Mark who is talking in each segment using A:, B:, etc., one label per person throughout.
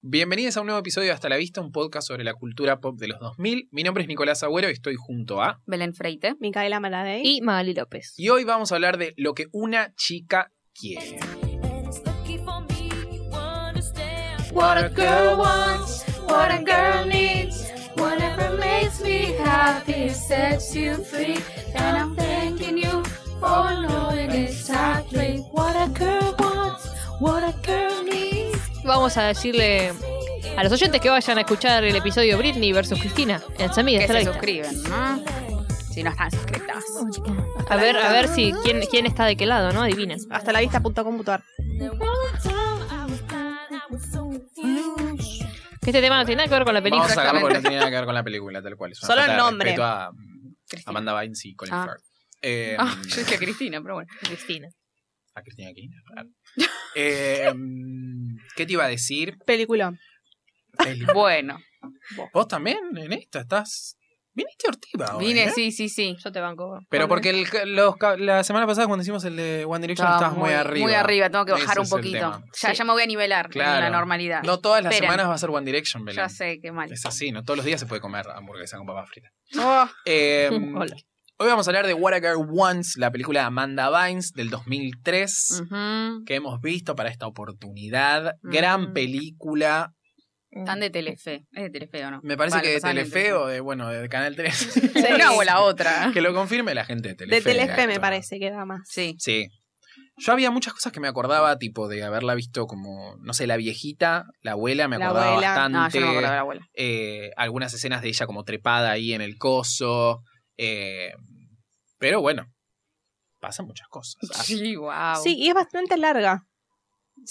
A: Bienvenidos a un nuevo episodio de Hasta la Vista, un podcast sobre la cultura pop de los 2000. Mi nombre es Nicolás Agüero y estoy junto a...
B: Belén Freite.
C: Micaela Maladey.
D: y Magali López.
A: Y hoy vamos a hablar de lo que una chica quiere.
E: What a girl wants, what a girl needs, whatever makes me happy sets you free. And I'm thanking you for knowing exactly what a girl wants, what a girl needs.
D: Vamos a decirle a los oyentes que vayan a escuchar el episodio Britney versus Cristina en Samir.
B: Que se suscriben,
E: Ah,
B: ¿no? Si no están suscritas.
D: A ver, a ver si quién, quién está de qué lado, ¿no? Adivinen.
C: Hasta la vista.com.ar.
D: Este tema no tiene nada que ver con la película.
A: Vamos a sacarlo porque no tiene nada que ver con la película, tal cual. Es una
C: Solo
A: falta
C: el
A: de
C: nombre.
A: respeto a mm, Amanda Bynes y Colin
B: Ah.
A: Firth. Eh,
B: Ah, yo dije a Cristina, pero bueno.
D: Cristina.
A: a Cristina Kirchner, claro. Eh, mm, ¿Qué te iba a decir?
C: Película.
A: Peli-
B: Bueno,
A: Vos también en esta estás... Viniste hortiva hoy,
B: vine,
A: ¿eh?
B: sí, sí, sí.
D: Yo te banco.
A: Pero porque el- los ca- la semana pasada cuando hicimos el de One Direction
B: Estaba
A: estabas muy, arriba.
B: Muy arriba, tengo que
A: Ese
B: bajar un
A: es el
B: poquito.
A: tema.
B: Ya,
D: Sí.
B: ya me voy a nivelar
A: Claro.
B: en la normalidad.
A: No todas las
B: Esperen.
A: semanas va a ser One Direction, Belén.
B: Ah, ya sé, qué mal.
A: Es así, ¿no? Todos los días se puede comer hamburguesa con papas fritas.
C: Oh,
A: Eh,
D: Hola.
A: hoy vamos a hablar de What a Girl Wants, la película de Amanda Bynes del 2003
B: Mm. Ujú.
A: que hemos visto para esta oportunidad.
B: Mm.
A: Gran película.
B: Están de Telefe. Es de Telefe o no.
A: Me parece
B: Vale, pues
A: que de
B: pasaban en
A: Telefe o de, bueno, de Canal 3.
B: Telefe. Una o la otra.
A: que lo confirme la gente de Telefe.
C: de Telefe me
A: acá.
C: parece que da más.
B: Sí.
A: Sí. Yo había muchas cosas que me acordaba, tipo de haberla visto como, no sé, la viejita, la abuela, me
C: La
A: acordaba
C: abuela.
B: No, yo
A: bastante.
B: no me acuerdo de la abuela.
A: eh, algunas escenas de ella como trepada ahí en el coso. eh, pero bueno, pasan muchas cosas. Ah, sí.
B: Sí, wow.
C: Sí, y es bastante larga.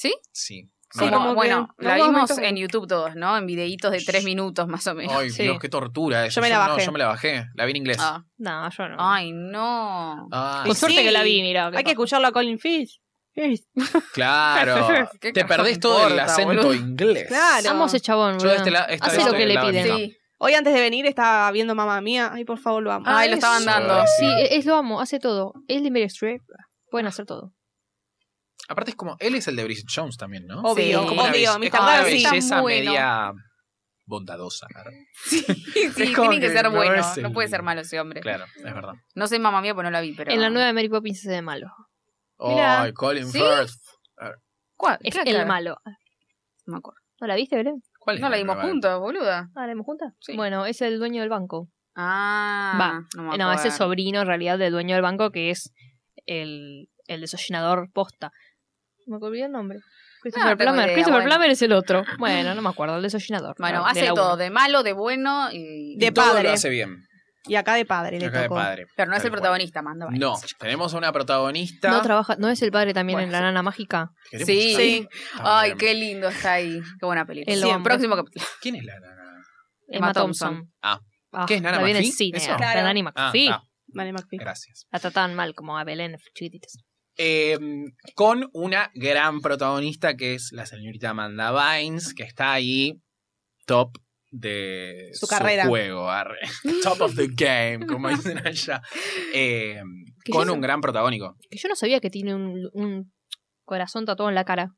A: No,
C: Sí,
A: no.
C: como que-
B: bueno,
C: no,
B: la
C: vos
B: vimos
C: meto-
B: en YouTube todos, ¿no? En videitos de tres minutos más o menos.
A: Ay,
D: sí.
A: Dios, qué tortura. eso.
C: Yo me la
A: no,
C: bajé.
A: yo me la bajé. La vi en inglés.
B: Ah.
D: No, yo no.
B: Ay, no.
A: Ah,
D: Con
C: Sí.
D: suerte que la vi, mira.
C: Hay que escucharlo a Colin Fish. Fish.
A: claro.
B: ¿Qué
A: Te
B: carajo
A: perdés todo el
B: importa,
A: acento
B: boludo?
A: inglés.
C: Claro.
D: Amo ese chabón,
A: Yo de
D: boludo.
A: este la- esta
D: Hace
A: vez
D: lo
A: estoy
D: que
A: del
D: le
A: lado del
D: piden.
A: no.
B: Sí.
C: Hoy antes de venir estaba viendo Mamá Mía. Ay, por favor, lo amo.
B: Ay, lo estaban
A: eso.
B: dando.
D: Sí, e- es lo amo, hace todo. Él y Meryl Streep pueden hacer todo.
A: Aparte es como, él es el de Bridget Jones también, ¿no?
C: Obvio,
B: Sí.
A: como una,
C: obvio.
A: belle-
C: Mr.
A: es como una
C: Darcy.
B: tan
A: belleza
B: bueno.
A: media bondadosa. claro.
B: Sí, sí,
A: como
B: tiene que
A: que
B: ser
A: no
B: bueno.
A: es el-
B: No puede ser malo ese hombre.
A: Claro, es verdad.
B: No sé, mamá mía, pues no la vi, pero.
D: En la nueva de Mary Poppins se de malo.
C: Mirá.
A: Ay, Colin
B: ¿Sí?
A: Firth.
B: ¿Cuál?
D: Es
B: Claro,
D: el
B: claro.
D: malo.
B: No me acuerdo.
D: ¿No la viste, Belén?
A: ¿Cuál es
B: No la vimos
A: nueva?
B: juntos, boluda.
D: ¿Ah, la vimos juntas?
B: Sí.
D: Bueno, es el dueño del banco.
B: Ah.
D: Va.
B: No, me
D: No, es el
B: acuerdo.
D: sobrino en realidad del dueño del banco que es el, el desollinador posta. Me olvidé el nombre. Christopher
B: No, tengo
D: Plummer.
B: idea,
D: Christopher
B: bueno.
D: Plummer es el otro. Bueno, no me acuerdo, el desollinador.
B: Bueno,
D: de
B: hace
D: la
B: todo,
D: uno.
B: de malo, de bueno y.
C: De-
A: Y todo
C: padre.
A: lo hace bien.
C: Y acá de padre le
A: Acá de
C: tocó.
A: padre.
B: Pero no es
A: Tal
B: el
A: cual.
B: protagonista, manda. vale.
A: No, tenemos a una protagonista.
D: No trabaja, no es el padre también
B: Bueno,
D: en La Nana Mágica.
A: ¿Queremos
B: Sí.
A: saber?
C: Sí.
B: Ay,
A: También.
B: qué lindo está ahí. Qué buena película.
D: El
B: Sí, el
D: hombre.
B: próximo capítulo.
A: ¿Quién es la nana?
B: Emma
D: Emma
B: Thompson.
D: Thompson.
A: Ah. ¿Qué es, Nana
D: la vi en el
A: McPhee?
D: cine,
A: ¿Eso?
D: la
C: Claro.
D: Nana
A: Ah,
D: McPhee.
A: ah,
C: Vale, McPhee.
A: gracias.
D: La trataban mal, como a Belén, chiquititas.
A: Eh, con una gran protagonista que es la señorita Amanda Bynes, que está ahí top de
C: Su carrera.
A: juego, arre. top of the game, como dicen allá. Eh,
D: Que
A: con
D: yo-
A: un gran protagónico.
D: Que yo no sabía que tiene un, un corazón tatuado en la cara.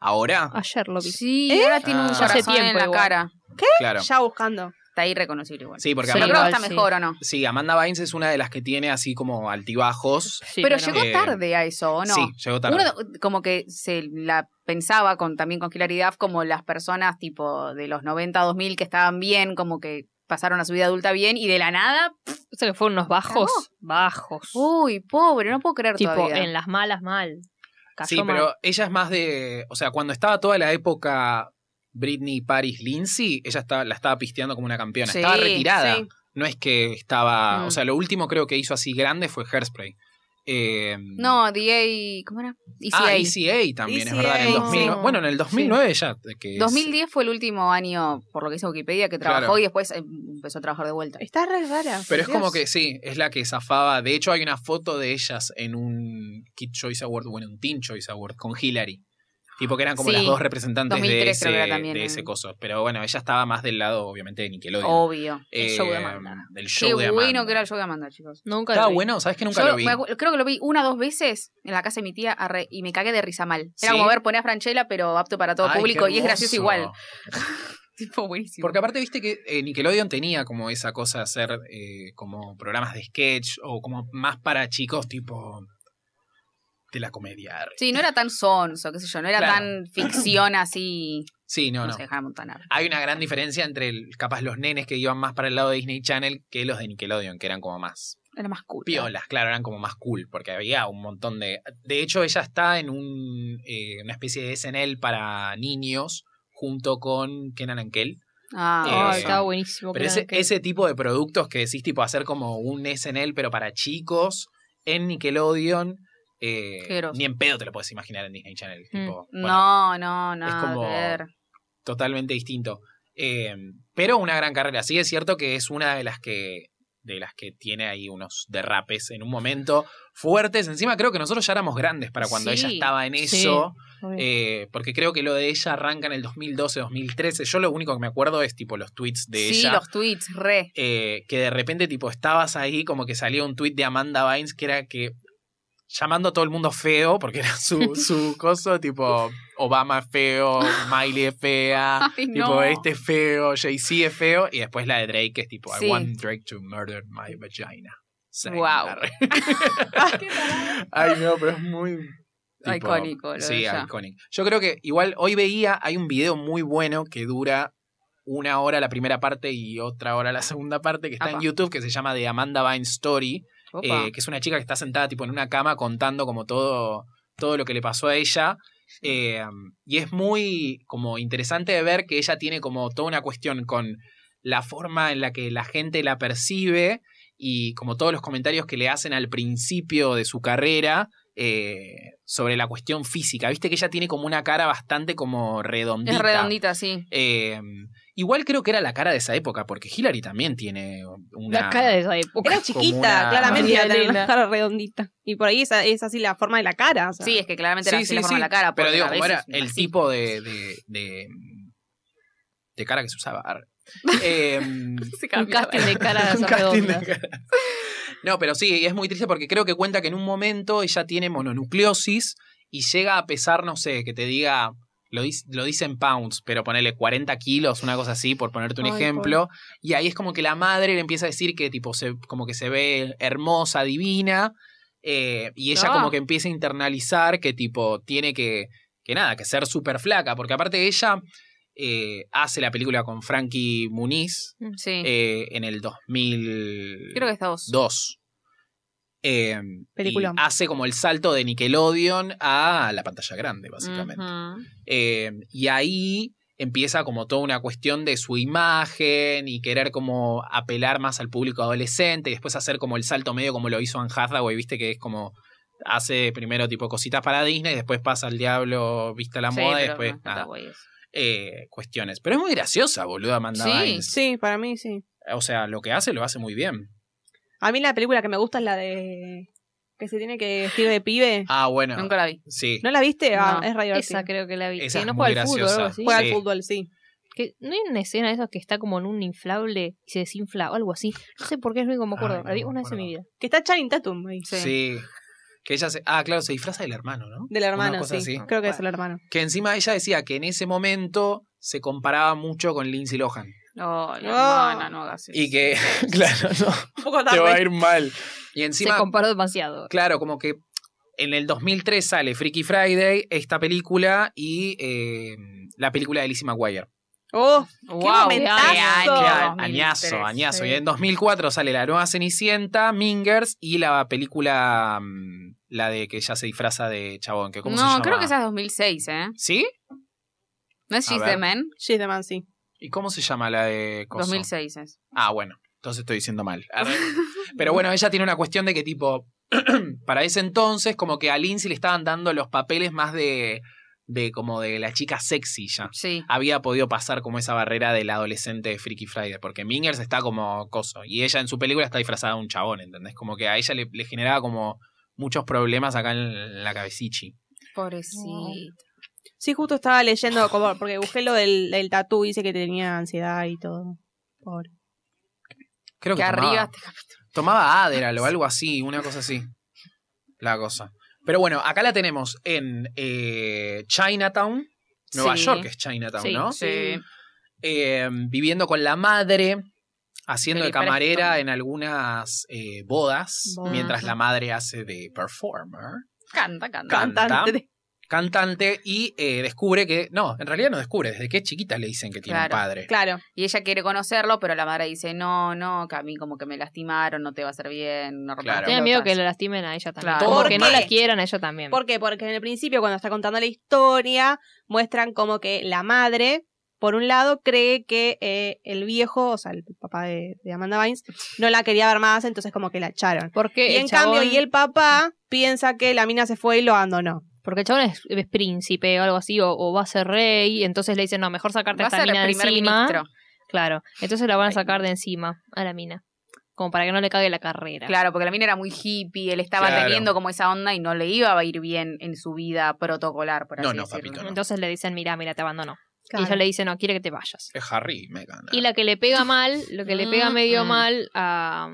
A: Ahora,
B: Ah,
D: Ayer lo vi.
B: Sí, ahora tiene un
A: Ah.
B: corazón
D: ¿Eh? Hace tiempo
B: en la
D: igual.
B: cara.
A: claro.
C: Ya buscando.
B: Está irreconocible igual.
A: Sí, porque
D: Sí,
B: Pero
A: Amanda,
B: creo que
D: igual,
B: está
D: sí.
B: mejor o no.
A: sí, Amanda Bynes es una de las que tiene así como altibajos.
D: Sí,
B: Pero
D: claro.
B: llegó
A: Eh,
B: tarde a eso, ¿o no?
A: Sí, llegó tarde.
B: Uno como que se la pensaba con también con Hilary Duff como las personas tipo de los 90 a 2000 que estaban bien, como que pasaron a su vida adulta bien y de la nada,
D: O sea que fueron unos bajos, bajos.
B: uy, pobre, no puedo creer
D: tipo,
B: todavía.
D: en las malas mal. Cayó
A: Sí,
D: mal.
A: pero ella es más de. O sea, cuando estaba toda la época Britney, Paris, Lindsay, ella estaba, la estaba pisteando como una campeona.
B: Sí,
A: estaba retirada.
B: sí.
A: No es que estaba.
B: Mm.
A: O sea, lo último creo que hizo así grande fue Hairspray. eh,
B: No, DA. ¿Cómo era? E ECA.
A: Ah, ECA también, es
C: ECA,
A: verdad. En
B: E
A: el 2009,
D: sí.
A: Bueno, en el 2009 ya. Que es-
B: 2010 fue el último año, por lo que dice Wikipedia, que trabajó
A: Claro.
B: y después eh, empezó a trabajar de vuelta.
C: Está re rara. por
A: Pero es como
C: Dios.
A: que sí, es la que zafaba. De hecho, hay una foto de ellas en un Kid Choice Award, bueno, un Teen Choice Award con Hillary. Tipo que eran como
B: Sí,
A: las dos representantes de
B: 2003
A: ese,
B: creo que era también,
A: de
B: ¿no?
A: ese coso. Pero bueno, ella estaba más del lado, obviamente, de Nickelodeon.
B: Obvio.
A: Eh,
B: el show de Amanda.
A: Del
B: Qué
A: show de
B: bueno
A: Amanda.
B: que era el show de Amanda, chicos.
D: Nunca
A: Estaba
D: lo vi.
A: bueno, ¿sabes que nunca
B: Yo
A: lo vi?
B: me acu- creo que lo vi una o dos veces en la casa de mi tía arre, y me cagué de risa mal. Era
A: Sí.
B: como ver poner a Franchella, pero apto para todo
A: Ay, qué
B: público y es gracioso
A: hermoso.
B: igual. tipo buenísimo.
A: Porque aparte viste que eh, Nickelodeon tenía como esa cosa de hacer eh, como programas de sketch o como más para chicos tipo de la comedia. arre.
B: Sí, no era tan sonso, qué sé yo, no era
A: Claro.
B: tan ficción así.
A: Sí, no,
B: No,
A: no.
B: se dejaba montanar.
A: Hay una gran diferencia entre el- capaz los nenes que iban más para el lado de Disney Channel que los de Nickelodeon, que eran como más
B: Era más cool.
A: piolas, claro, eran como más cool, porque había un montón de... De hecho, ella está en un, eh, una especie de SNL para niños junto con Kenan and Kel.
B: Ah,
A: Eh,
D: Ay,
B: bueno.
D: estaba buenísimo.
A: Pero
D: que
A: ese,
D: era- que-
A: ese tipo de productos que decís, tipo hacer como un SNL, pero para chicos, en Nickelodeon, eh,
B: Qué groso.
A: ni en pedo te lo puedes imaginar en Disney Channel. tipo, bueno,
B: no, no, no.
A: es como- Totalmente distinto. Eh, pero una gran carrera. Sí, es cierto que es una de las que de las que tiene ahí unos derrapes en un momento fuertes. Encima creo que nosotros ya éramos grandes para cuando
B: Sí,
A: ella estaba en
D: sí.
A: eso.
D: Obvio.
A: Eh, porque creo que lo de ella arranca en el 2012, 2013. Yo lo único que me acuerdo es tipo los tweets de
B: sí,
A: ella.
B: los tweets, re.
A: eh, que de repente tipo estabas ahí, como que salía un tweet de Amanda Vines que era que llamando a todo el mundo feo, porque era su, su coso, tipo Obama es feo, Miley es fea,
B: Ay,
A: tipo
B: no.
A: este es feo, Jay-Z es feo, y después la de Drake que es tipo
B: Sí.
A: I want Drake to murder my vagina. Same.
B: Wow.
A: Ay, no, pero es muy tipo,
B: Icónico, lo de
A: sí,
B: ella.
A: icónico. Yo creo que igual hoy veía, hay un video muy bueno que dura una hora la primera parte y otra hora la segunda parte que está en
B: Apa.
A: YouTube que se llama The Amanda Vine Story,
B: Opa.
A: eh, que es una chica que está sentada tipo en una cama contando como todo, todo lo que le pasó a ella. Eh, y es muy como interesante de ver que ella tiene como toda una cuestión con la forma en la que la gente la percibe y como todos los comentarios que le hacen al principio de su carrera eh, sobre la cuestión física. Viste que ella tiene como una cara bastante como redondita.
B: es redondita, sí.
A: Eh, igual creo que era la cara de esa época, porque Hillary también tiene una...
D: La cara de esa época.
C: Era chiquita,
A: una-
C: claramente iba a tener
D: María
C: una cara redondita. Y por ahí es, es así la forma de la cara. o sea.
B: Sí, es que claramente
A: Sí,
B: era así
A: sí,
B: la forma
A: sí.
B: de la cara.
A: Pero
B: porque
A: digo,
B: a
A: como
B: veces
A: era el
B: así.
A: tipo de, de, de, de cara que se usaba. Arre. Em,
B: Se
D: Un
B: cambiaba.
D: casting de caras
A: Un casting de
D: redondas.
A: cara. No, pero sí, y es muy triste porque creo que cuenta que en un momento ella tiene mononucleosis y llega a pesar, no sé, que te diga, lo, dic- lo dicen pounds, pero ponele 40 kilos, una cosa así, por ponerte un
C: Ay,
A: ejemplo. Y ahí es como que la madre le empieza a decir que tipo se, como que se ve hermosa, divina, eh, y ella
B: Ah.
A: como que empieza a internalizar que tipo tiene que, que nada, que ser súper flaca, porque aparte ella eh, hace la película con Frankie Muniz,
D: Mm,
B: Sí.
A: eh, en el 2002.
B: Creo que es dos.
A: Eh,
C: Peliculón.
A: y hace como el salto de Nickelodeon a la pantalla grande, básicamente.
B: Ujú.
A: Eh, y ahí empieza como toda una cuestión de su imagen y querer como apelar más al público adolescente y después hacer como el salto medio como lo hizo Anne Hathaway, viste que es como hace primero tipo cositas para Disney, después pasa al diablo, vista la
B: Sí,
A: moda, y
B: pero
A: después
B: no,
A: nada,
B: Hathaway es.
A: eh, cuestiones. Pero es muy graciosa, boludo, Amanda
B: Sí,
A: Bynes.
C: Sí, para mí sí.
A: O sea, lo que hace lo hace muy bien.
C: A mí la película que me gusta es la de. que se tiene que vestir de pibe.
A: Ah, bueno.
B: Nunca la vi.
A: Sí.
C: ¿No la viste? Ah,
B: No,
C: es re divertida.
D: Esa creo que la vi.
A: Esa
D: que
A: es
D: no
A: muy
D: juega al fútbol o algo
A: graciosa.
D: así.
C: Juega
A: Sí.
C: al fútbol, sí.
D: Que, ¿No hay una escena de esas que está como en un inflable y se desinfla o algo así? No sé por qué, es lo único que me acuerdo.
A: Ay,
D: la vi
A: no me
D: una vez en mi
A: acuerdo.
D: vida.
C: Que está Channing Tatum ahí.
A: Sí. Que ella se. Ah, claro, se disfraza del hermano, ¿no?
C: Del
A: Una
C: hermano,
A: cosa
C: sí.
A: así.
C: Creo que es el hermano.
A: Que encima ella decía que en ese momento se comparaba mucho con Lindsay Lohan.
B: No, no,
C: Ah.
B: no, no hagas eso.
A: Y que, claro, no,
C: Un poco
A: te va a
C: tarde.
A: ir mal. Y
D: se
A: encima,
D: comparó demasiado.
A: claro, como que en el 2003 sale Freaky Friday, esta película y eh, la película de Lizzie McGuire.
C: Oh,
B: ¡Wow!
C: momentazo!
B: qué año,
C: Qué
A: Claro,
B: 2003.
A: añazo, añazo.
B: Sí.
A: Y en 2004 sale la nueva Cenicienta, Mingers y la película, mm, la de que ella se disfraza de chabón. Que, ¿Cómo se
B: No,
A: llama?
B: creo que esa es 2006, ¿eh?
A: ¿Sí?
B: ¿No es
A: A
B: She's
A: ver.
B: the Man?
C: she's the man, sí.
A: ¿Y cómo se llama la de coso?
B: 2006 es.
A: Ah, bueno, entonces estoy diciendo mal. Arre. Pero bueno, ella tiene una cuestión de que tipo para ese entonces, como que a Lindsay le estaban dando los papeles más de, de como de la chica sexy ya.
D: Sí.
A: Había podido pasar como esa barrera del adolescente de Freaky Friday, porque Mingers está como coso. Y ella en su película está disfrazada de un chabón, ¿entendés? Como que a ella le, le generaba como muchos problemas acá en la cabecichi.
B: Pobrecito.
C: Sí, justo estaba leyendo, como, porque busqué lo del, del tatú, dice que tenía ansiedad y todo. Pobre.
A: Creo que,
B: que
A: tomaba-
B: arriba. este-
A: Tomaba Adderall o algo así, una cosa así. La cosa. Pero bueno, acá la tenemos en eh, Chinatown. Nueva
D: Sí.
A: York es Chinatown,
D: Sí,
A: ¿no?
D: sí.
A: Eh, viviendo con la madre, haciendo de
D: Billy
A: camarera
D: Preston.
A: en algunas eh, bodas,
C: Bodas.
A: mientras la madre hace de performer,
B: Canta, canta.
A: Canta.
C: Cantante.
A: cantante, y eh, descubre que, no, en realidad no descubre, desde que es chiquita le dicen que tiene un
B: Claro.
A: padre.
C: Claro.
B: Y ella quiere conocerlo, pero la madre dice, no, no, que a mí como que me lastimaron, no te va a hacer bien, no rompas
A: Claro.
B: las
D: Tiene miedo que
B: pelotas".
D: la lastimen a ella también.
B: Claro.
D: Como
C: ¿Por
D: que no
C: qué?
D: la quieran a ella también.
C: ¿Por qué? Porque en el principio, cuando está contando la historia, muestran como que la madre, por un lado, cree que eh, el viejo, o sea, el papá de, de Amanda Vines, no la quería ver más, entonces como que la echaron.
D: Porque
C: Y
D: el
C: en
D: chabón-
C: cambio, y el papá piensa que la mina se fue y lo abandonó.
D: Porque el chabón es, es príncipe o algo así, o, o va a ser rey, entonces le dicen, no, mejor sacarte
B: Va
D: a
B: a
D: esta
B: ser el
D: mina de
B: primer
D: encima.
B: ministro.
D: Claro, entonces la van a sacar de encima a la mina, como para que no le cague la carrera.
B: Claro, porque la mina era muy hippie, él estaba
A: Claro.
B: teniendo como esa onda y no le iba a ir bien en su vida protocolar, por
A: No,
B: así
A: no,
B: decirlo.
A: papito, no.
D: Entonces le dicen, mira, mira, te abandono. Y
C: Claro.
D: ella le dice, no, quiere que te vayas.
A: Es Harry, Meghan.
D: Y la que le pega mal, lo que le pega medio
B: Mm.
D: mal a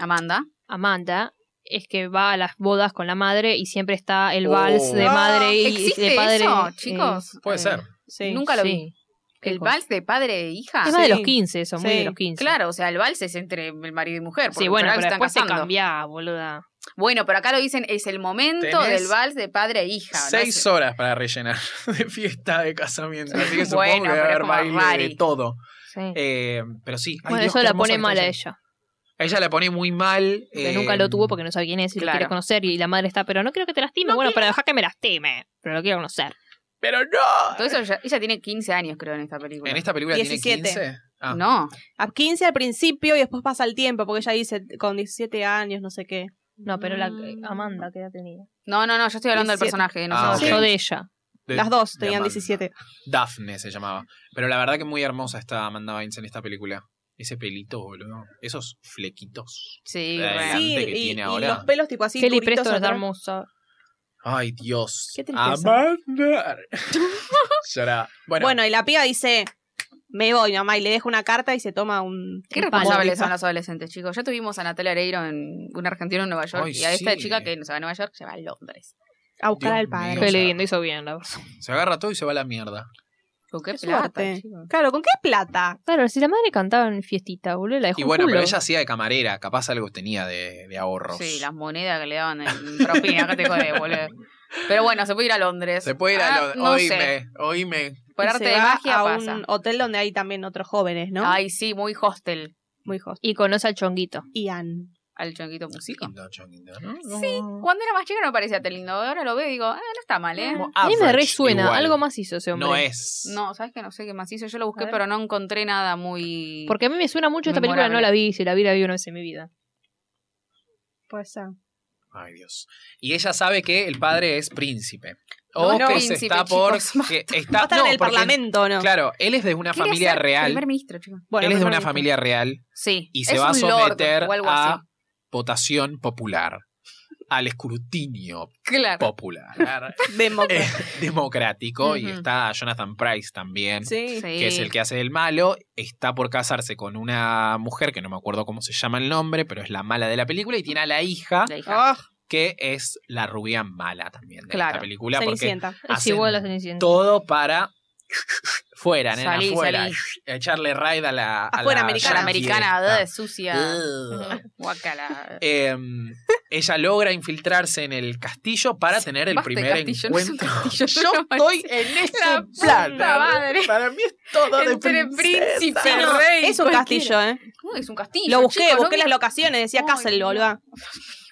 B: Amanda.
D: Amanda es que va a las bodas con la madre y siempre está el vals de
A: Oh.
D: madre y
B: Ah, ¿Existe
D: de padre.
B: eso,
D: eh,
B: chicos?
A: Puede
D: eh,
A: ser.
C: Sí.
B: Nunca lo
D: sí.
B: vi.
D: Qué
B: ¿El
D: cosa.
B: vals de padre e hija?
D: Es más de
C: Sí.
D: los 15, eso, muy
C: Sí.
D: de los 15.
B: Claro, o sea, el vals es entre el marido y mujer. Porque
D: Sí, bueno,
B: por algo
D: pero
B: están
D: después se
B: casando.
D: cambia, boluda.
B: Bueno, pero acá lo dicen, es el momento
A: Tenés
B: del vals de padre e hija. ¿no?
A: Seis
B: Es-
A: horas para rellenar de fiesta de casamiento. Así que supongo
B: Bueno,
A: que va a
B: pero
A: haber
B: como
A: baile de
B: Harry.
A: todo.
D: Sí.
A: Eh, pero sí. Ay,
D: bueno,
A: Dios,
D: eso
A: qué
D: la
A: hermosa
D: pone
A: que
D: mal
A: está
D: a
A: ella.
D: ella.
A: A Ella la pone muy mal.
D: Porque
A: eh,
D: nunca lo tuvo porque no sabe quién es y
B: claro.
D: lo quiere conocer. Y la madre está, pero no quiero que te lastime. bueno, pero deja que me lastime. Pero lo quiero conocer.
A: Pero no.
B: Todo eso ya- ella tiene 15 años, creo, en esta película.
A: en esta película
C: 17.
A: tiene 15. Ah,
B: No.
C: A 15 al principio y después pasa el tiempo, porque ella dice con 17 años, no sé qué.
D: No, pero la
A: eh,
B: Mm.
D: Amanda que edad tenía.
B: No, no, no, yo estoy hablando del
C: 17.
B: personaje. No
A: Ah,
B: sé.
A: ok.
D: Yo de ella.
A: de-
C: Las dos
A: de
C: tenían
A: Amanda.
C: 17.
A: Daphne se llamaba. Pero la verdad que muy hermosa está Amanda Vines en esta película. Ese pelito, boludo. Esos flequitos.
B: Sí,
A: Eh,
B: bueno.
C: Sí,
A: Adelante que
C: y,
A: tiene
C: y
A: ahora.
C: los pelos tipo así.
D: Kelly
C: duritos
D: Preston es
C: atrás.
D: hermosa.
A: Ay, Dios.
C: Qué tristeza.
A: Amanda. Lloraba. Bueno,
C: Bueno. y la piba dice, me voy, mamá, y le deja una carta y se toma un...
B: Qué
C: un
B: responsables
C: palo.
B: son los adolescentes, chicos. Ya tuvimos a Natalia Oreiro en un argentino en Nueva York
A: Ay,
B: y a esta
A: sí.
B: chica que no se va a Nueva York se va a Londres.
C: A buscar
A: Dios
C: al padre.
A: mío.
D: Qué
A: o sea,
D: lindo, hizo bien la verdad.
A: se agarra todo y se va a la mierda.
B: Con qué
C: Qué
B: plata,
C: suerte.
B: chicos.
C: Claro, ¿con qué plata?
D: Claro, si la madre cantaba en fiestita, boludo, la dejó
A: Y
D: un
A: bueno, pero
D: culo.
A: ella hacía de camarera. Capaz algo tenía de, de ahorros.
B: Sí, las monedas que le daban en propina, acá te jodé, boludo. Pero bueno, se puede ir a Londres.
A: Se puede ir a
B: Ah,
A: Londres.
B: No sé.
A: oíme, oíme.
B: Por
C: Y
B: arte
C: se
B: de
C: va
B: magia
C: a
B: pasa.
C: un hotel donde hay también otros jóvenes, ¿no?
B: Ay, sí, muy hostel.
C: Muy hot.
D: Y conoce al chonguito.
C: Ian.
B: Al chonquito músico.
A: Lindo, chonguito, ¿no?
B: Sí, cuando era más chica no me parecía tan lindo. Ahora lo veo y digo, ah, no está mal, ¿eh?
A: Como
D: A mí me
A: average,
D: resuena.
A: igual.
D: Algo más hizo ese hombre.
A: No es.
B: No, sabes que no sé qué más hizo. Yo lo busqué,
D: A ver.
B: pero no encontré nada muy.
D: Porque a mí me suena mucho esta película, no
B: Memorable.
D: la vi. Si la vi, la vi una vez en mi vida.
C: Pues ah,
A: Ay, Dios. Y ella sabe que el padre es príncipe.
B: No,
A: O
B: no,
A: que se
B: príncipe,
A: está por.
B: chicos,
A: que
C: Va a
A: está,
C: estar
A: no,
C: en el
A: porque-
C: parlamento, ¿o ¿no?
A: Claro, él es de una
B: Quiere
A: familia
B: ser
A: real.
B: Primer ministro, chicos.
C: Bueno,
A: él es de una
C: permanente.
A: familia real
B: Sí.
A: y se
B: es
A: va a
B: un lord
A: someter
B: o algo
A: a
B: así.
A: votación popular, al escrutinio
B: Claro.
A: popular
C: Demócrata.
A: eh, democrático. Y
B: Ujú.
A: está Jonathan Price también,
C: Sí.
B: Sí.
A: que es el que hace el malo. Está por casarse con una mujer que no me acuerdo cómo se llama el nombre, pero es la mala de la película. Y tiene a la hija,
B: La hija.
C: Ah,
A: que es la rubia mala también de
B: Claro,
A: esta película. Porque
C: Cenicienta.
D: Es
A: Hacen
D: igual a Cenicienta.
A: todo para fuera, nena,
B: Salí,
A: fuera.
B: salí.
A: Echarle raid a la. a
C: Afuera,
A: la
C: americana.
B: Cara
A: yankee
B: americana,
A: esta.
B: de sucia.
A: Ugh.
B: Guacala.
A: Eh, ella logra infiltrarse en el castillo para tener el
B: Basta de
A: primer
B: castillo, no es un
A: encuentro.
B: castillo,
A: Yo
B: no
A: estoy en
B: La
A: ese
B: puta
A: plan.
B: madre.
A: Para mí es todo de
B: Entre
A: princesa.
B: príncipe,
C: Sí, no,
B: rey.
C: es un
B: cualquiera.
C: castillo, ¿eh?
B: No, es un castillo.
C: Lo busqué,
B: chicos, no
C: busqué
B: vi-
C: las locaciones, decía
B: Ay,
C: Castle,
B: no.
C: boludo.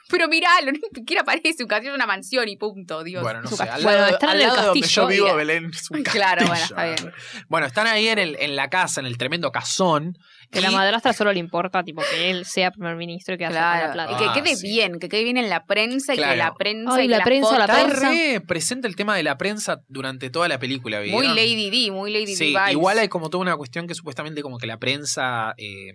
B: Pero miralo, ni siquiera parece un castillo, es una mansión y punto, Dios.
A: Bueno, no
D: Su
A: sé.
D: castillo.
A: Al
D: Bueno,
A: lado,
D: están
A: al
D: en el
A: lado donde
D: castillo,
A: yo vivo,
D: mira.
A: Belén es un
B: Claro, bueno,
A: castillo.
B: está bien.
A: Bueno, están ahí en, el, en la casa, en el tremendo cazón.
D: Que
A: y-
D: la madrastra solo le importa, tipo, que él sea primer ministro y que haya
B: Claro.
D: la plata.
B: Y que
A: Ah,
B: quede
A: sí.
B: bien, que quede bien en la prensa y que
A: Claro.
B: la prensa
D: Ay,
B: y
D: la
B: las
D: prensa, la
B: fotos-
A: Está
D: prensa.
A: re presente el tema de la prensa durante toda la película,
B: Muy
A: ¿vieron?
B: Lady D, muy Lady
A: Sí,
B: D. vibes.
A: igual hay como toda una cuestión que supuestamente como que la prensa... eh,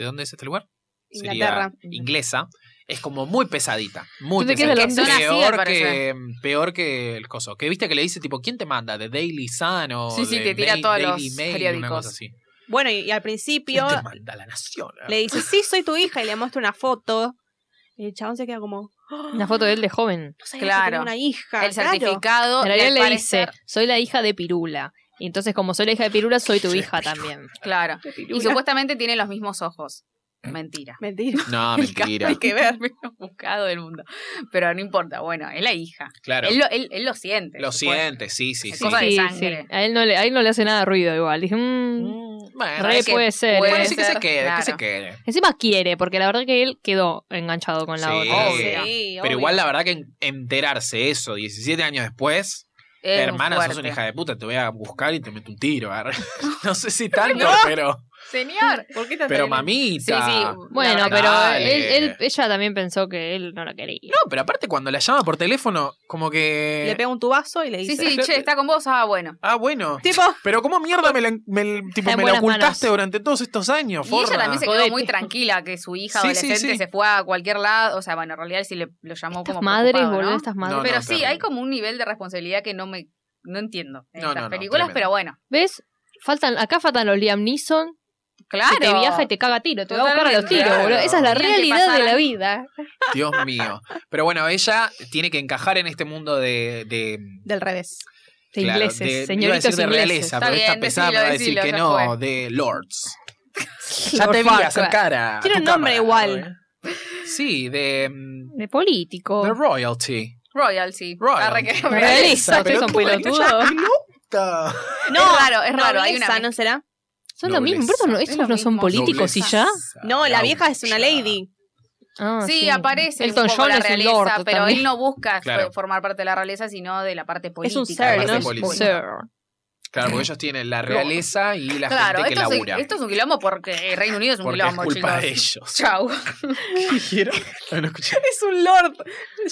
A: ¿De dónde es este lugar? Sería
C: Inglaterra.
A: Inglesa. Es como muy pesadita. Muy
D: Yo te quedé
A: pesadita.
D: de Londres.
B: Son así, al
A: peor, que,
B: parecer.
A: peor que el coso. Que viste que le dice tipo, ¿quién te manda? ¿De Daily Sun o
B: Sí, sí,
A: de
B: te tira
A: Mail-
B: todos
A: Daily
B: los
A: Mail? Una
B: periódicos.
A: cosa así.
C: Bueno, y, y al principio
A: ¿Quién te manda? La Nación.
C: le dice, sí, soy tu hija, y le muestra una foto. Y el chabón se queda como, "Ah,
D: Una foto de él de joven.
C: no sabía que tenía
B: Claro.
C: una hija.
B: El
C: claro.
B: certificado.
D: En
B: y
D: realidad
B: al
D: le
B: parecer-
D: dice, soy la hija de Pirula. Y entonces, como soy la hija de Pirula, soy tu hija también.
B: Claro. Y supuestamente tiene los mismos ojos. Mentira.
C: Mentira.
A: No, mentira.
B: Hay que ver, menos buscado del mundo. Pero no importa, bueno, es la hija.
A: Claro.
B: Él, lo, él- él lo siente.
A: Lo
B: supongo.
A: siente, sí, sí,
B: Es
A: sí.
B: cosa de sangre.
D: A él no le, a él no le hace nada de ruido igual. Dije, mm,
A: Mm, Bueno,
D: re
B: que
D: puede ser.
B: puede
A: bueno,
D: eh.
A: sí que se
B: ser,
A: quede,
B: claro.
A: que se quede.
D: Encima quiere, porque la verdad que él quedó enganchado con la
A: Sí.
D: otra.
B: Obvio.
C: Sí,
A: Pero
C: obvio.
A: igual la verdad que en- enterarse eso 17 años después,
B: Es muy
A: hermana, sos
B: fuerte.
A: una hija de puta, te voy a buscar y te meto un tiro. ar. No sé si tanto, pero,
B: Señor.
C: ¿Por qué estás
A: pero
C: tan-
B: Sí,
A: mamita.
B: sí.
D: Bueno,
B: la verdad
D: pero
A: Dale.
D: él, él- ella también pensó que él no la quería.
A: No, pero aparte cuando la llama por teléfono, como
C: Le
A: que...
C: pega un tubazo y le
B: que-
C: dice,
B: Sí, sí, che, está con vos. Ah, bueno.
A: Ah, bueno.
C: tipo,
A: Pero cómo mierda me la, me la- tipo,
D: Está en
A: me la
D: buenas
A: ocultaste
D: manos.
A: durante todos estos años,
B: Y
A: forra?
B: ella también se quedó
D: Jodete.
B: muy tranquila que su hija
A: Sí, sí,
B: adolescente
A: sí.
B: se fue a cualquier lado. O sea, bueno, en realidad él sí le, lo llamó
D: Estas
B: como.
D: madres,
B: preocupado,
D: boludo,
B: ¿no?
D: estas madres.
A: No,
B: Pero sí,
A: terrible.
B: hay como un nivel de responsabilidad que no me. No entiendo en
A: No,
B: estas
A: no, no,
B: películas,
A: tremendo.
B: pero bueno.
D: ¿Ves? Faltan, acá faltan los Liam Neeson,
B: Claro.
D: que te viaja y te caga a tiro, te va a buscar a los
B: Totalmente.
D: tiros, boludo. Esa es la
B: Claro.
D: realidad de la vida.
A: Dios mío. Pero bueno, ella tiene que encajar en este mundo de... de
C: del revés.
D: De
A: claro,
D: ingleses,
A: de- iba a
D: señoritos
A: decir de
D: ingleses.
A: realeza,
B: Está
A: pero esta
B: bien,
A: pesada me
B: decilo,
A: va a decir
B: decilo,
A: que
B: ya
A: no,
B: fue.
A: de lords. Ya
D: Lord
A: te vi
D: Farquaad.
A: hacer cara. a
C: Tiene
A: Ah, tu
C: un nombre
A: cámara,
C: igual.
A: ¿eh? Sí, de, mm,
D: De político.
A: de royalty.
B: Royal, sí.
A: Royal.
B: Arre que-
D: Realeza, ustedes son
A: Pero
D: pelotudos.
B: No, es raro, es raro. Hay
C: Nobleza,
B: una
C: ¿no será?
A: Ah,
D: Son lo mismo.
A: Nobleza.
D: Pero no-
B: Es
D: estos
B: lo
D: no son
B: mismo.
D: políticos y ya.
C: No, la vieja es una lady.
D: Ah,
B: Sí, aparece
D: Elton
B: un poco
D: John
B: la
D: es un
B: realeza,
D: lord
B: pero
D: también.
B: él no busca
A: Claro.
B: fo- formar parte de la realeza, sino de la parte
C: Es
B: política.
C: un sir,
B: de la
A: ¿no?
B: parte
A: Es
B: política.
A: político. Claro, porque ellos tienen la realeza y la
B: Claro,
A: gente que
B: esto es, un,
A: labura.
B: esto es un quilombo porque Reino Unido es un
A: porque es
B: quilombo,
A: culpa de
B: chicos.
A: ellos.
B: Chau.
A: No, no escuché.
C: Es un lord.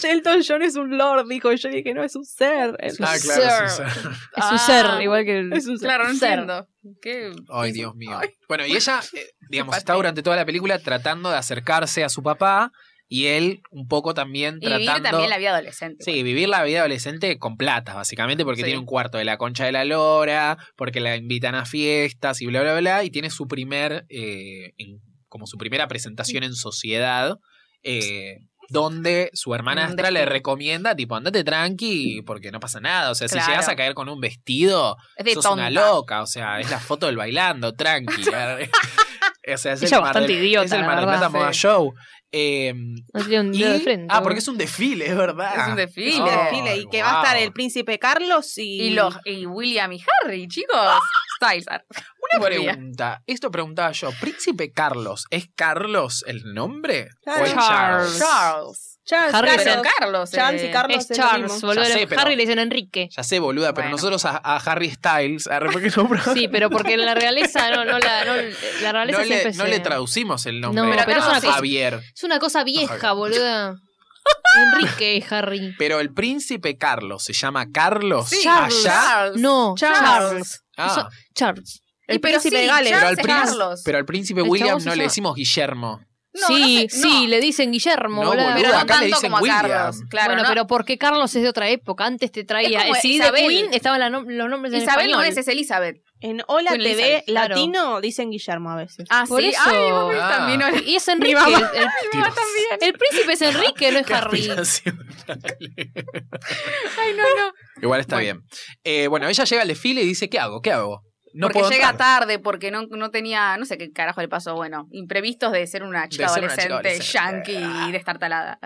C: Elton John es un lord, dijo. Yo dije, no, es un ser. Es un
A: Ah,
C: ser.
A: claro, sí, sí.
D: Es un ser, igual que el...
C: Es un ser.
B: Ah, Claro, no
D: Ser.
B: entiendo. ¿Qué?
A: Ay, Dios mío. Bueno, y ella, eh, digamos, está
B: paté.
A: durante toda la película tratando de acercarse a su papá y él un poco también
B: Y vivir
A: tratando...
B: también la vida adolescente.
A: Sí, vivir la vida adolescente con plata, básicamente, porque
B: Sí.
A: tiene un cuarto de la concha de la lora, porque la invitan a fiestas y bla, bla, bla, y tiene su primer, eh, en- como su primera presentación en sociedad, eh, donde su hermanastra le recomienda, tipo, andate tranqui, porque no pasa nada, o sea, si
B: Claro.
A: llegas a caer con un vestido,
B: Es de
A: sos
B: tonta.
A: una loca, o sea, es la foto del bailando, tranqui. eh, o sea, es
D: Ella
A: el Mar del-
D: bastante idiota,
A: es el
D: la
A: Mar del
D: verdad,
A: Plata Moda
D: sí.
A: Show. Eh,
D: No tiene un
A: y-
D: dedo de frente.
A: ah, porque es un desfile, es verdad.
B: Es un desfile.
C: Sí,
B: Oh,
C: le desfile. Y que va a estar el príncipe Carlos y.
B: Y, los, y William y Harry, chicos. Styles.
A: Una
B: Buen día.
A: pregunta. Esto preguntaba yo. Príncipe Carlos. ¿es Carlos el nombre?
C: Claro.
A: ¿O es Charles?
B: Charles.
C: Charles,
D: Harry
B: Pero
C: Carlos.
B: Carlos.
C: Charles y
B: eh,
C: Carlos. es
D: Es
C: lo
D: Charles,
C: mismo.
D: boludo.
A: Ya sé, pero-
D: Harry le dicen Enrique.
A: Ya sé, boluda, pero
B: Bueno.
A: nosotros a, a Harry Styles, a ¿por qué no?
D: Sí, pero porque en la realeza no, no la, no- la realeza
A: no,
D: siempre
A: le, no
D: se-
A: le traducimos el nombre.
D: No,
B: pero Pero es Carlos una es-
A: Javier.
D: Es una cosa vieja,
A: Javier.
D: boluda. Enrique, Harry.
A: Pero el príncipe Carlos se llama Carlos
B: Sí,
D: Charles.
A: allá.
B: Charles.
D: No,
C: Charles.
D: Charles.
A: Ah,
D: Eso- Charles.
C: El
B: Y pero
C: príncipe
B: sí,
C: de Gales.
A: pero, al
B: Charles es
A: príncipe-
B: Carlos.
A: pero al príncipe
D: El
A: William
D: chabón se
A: no le
D: llama-
A: decimos Guillermo.
B: No,
D: sí,
B: no sé-
D: sí,
B: no.
D: le dicen Guillermo,
A: No,
D: boluda.
B: Pero
A: boluda,
B: no
A: acá le
B: tanto
A: dicen
B: como a
A: William.
B: Carlos. Claro,
D: bueno,
B: no.
D: pero porque Carlos es de otra época. Antes te
B: Es
D: traía.
B: como
D: El CD de
B: Isabel.
D: Queen estaban la nom- los nombres en
B: Isabel no
D: español.
B: es, es Elizabeth.
C: En Hola
B: Queen
C: TV
B: Elizabeth,
D: claro.
C: Latino dicen Guillermo a veces.
B: Ah,
D: Por
B: sí.
D: eso.
B: Ay, vos ves
A: Ah.
B: también. hola.
D: Y es Enrique.
C: mamá.
D: el, el-
A: Dios.
D: el príncipe es Enrique, no es
A: Qué
D: Harry.
A: aspiración.
B: Ay, no, no.
A: Igual está
B: Bueno.
A: bien. Eh, bueno, ella llega al desfile y dice, ¿qué hago? ¿Qué hago? No
B: porque
A: puedo
B: llega
A: entrar.
B: tarde, porque no, no tenía, no sé qué carajo le pasó, bueno, imprevistos de ser una chica
A: De ser una
B: adolescente,
A: chica adolescente.
B: yankee y destartalada.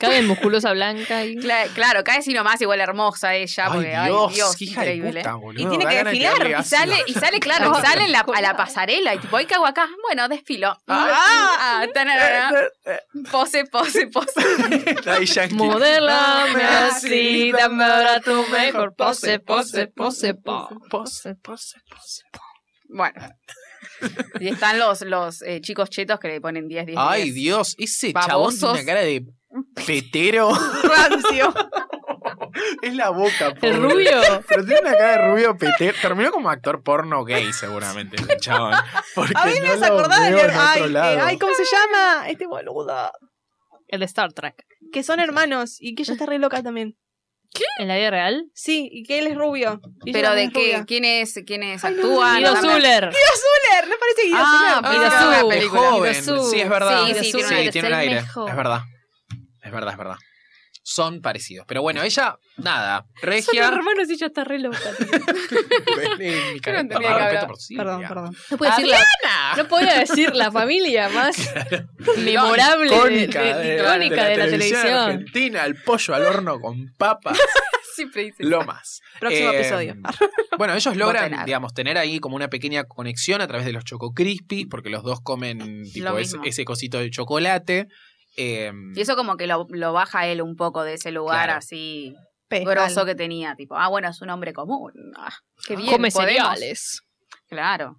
D: Cabe en musculosa blanca y.
B: Cla- claro, cae sino más igual hermosa ella. porque, ay, Dios,
A: qué hija
B: increíble.
A: de puta, boludo.
C: Y tiene
A: da
C: que
A: ganas de
C: desfilar,
A: tirarle
B: Y
A: ácido.
B: sale, y sale, claro, y sale en la- a la pasarela. Y tipo, ay, cago acá. Bueno, desfilo. Ah, tanarara. pose, pose, pose.
A: Daddy Yankee.
D: Modelame
A: "Ah,
D: así, dame ahora tu mejor pose, pose, pose, pose.
A: Pose, pose, pose.
B: Bueno. Y están los, los eh, chicos chetos que le ponen 10, 10,
A: Ay,
B: 10.
A: Dios, ese
B: Babosos.
A: chabón tiene una cara de petero.
C: Rancio.
A: es la boca, pobre.
D: El rubio.
A: Pero tiene una cara de rubio petero. Terminó como actor porno gay, seguramente, el chabón. Porque
C: A mí
A: no
C: me hace
A: lo
C: acordar de
A: veo en
C: Leonardo.
A: otro
C: Ay, eh,
A: lado.
C: ay, ¿cómo se llama? Este boludo.
D: El de Star Trek.
C: Que son hermanos y que ella está re loca también.
D: En la vida real.
C: Sí, y que él es rubio. y ella
B: Pero de
C: también es
B: qué,
C: rubia.
B: quiénes, quiénes
C: Ay, no,
B: actúan.
D: Guido
B: Dame-
D: Zuller.
C: Zuller, ¿no parece Guido
B: Ah,
C: Zuller?
B: Guido
A: Ah,
B: Zuller.
A: es
B: película.
A: joven.
D: Guido Zuller.
A: Sí, es verdad.
B: Sí, sí,
A: Sí,
B: tiene un aire,
A: tiene
D: es
A: un
D: el
A: aire.
D: mejor.
A: Es verdad. Es verdad, es verdad. Son parecidos. Pero bueno, ella, nada. Regia.
D: hermanos y ella está re loca.
A: Ven en mi
B: Yo no
A: cara,
B: entendía que
A: tomá respeto
B: hablaba.
A: por Silvia.
C: Perdón, perdón.
D: No,
B: Ah,
D: puedo decir la- no podía decir la familia más memorable, de-
A: Icónica
D: de- icónica de la televisión.
A: Argentina, el pollo al horno con papas,
B: Siempre dicen.
A: lomas.
C: Próximo
A: Eh,
C: episodio.
A: Bueno, ellos logran,
B: Botanar.
A: digamos, tener ahí como una pequeña conexión a través de los Choco Crispy, porque los dos comen tipo,
B: Lo
A: es-
B: mismo.
A: ese cosito de chocolate. eh,
B: Y eso como que lo, lo baja él un poco de ese lugar
A: Claro.
B: así
C: Pescal.
B: grosso que tenía. Tipo, ah, bueno, es un hombre común. Ah, qué bien,
D: Come
B: podemos.
D: cereales.
B: Claro.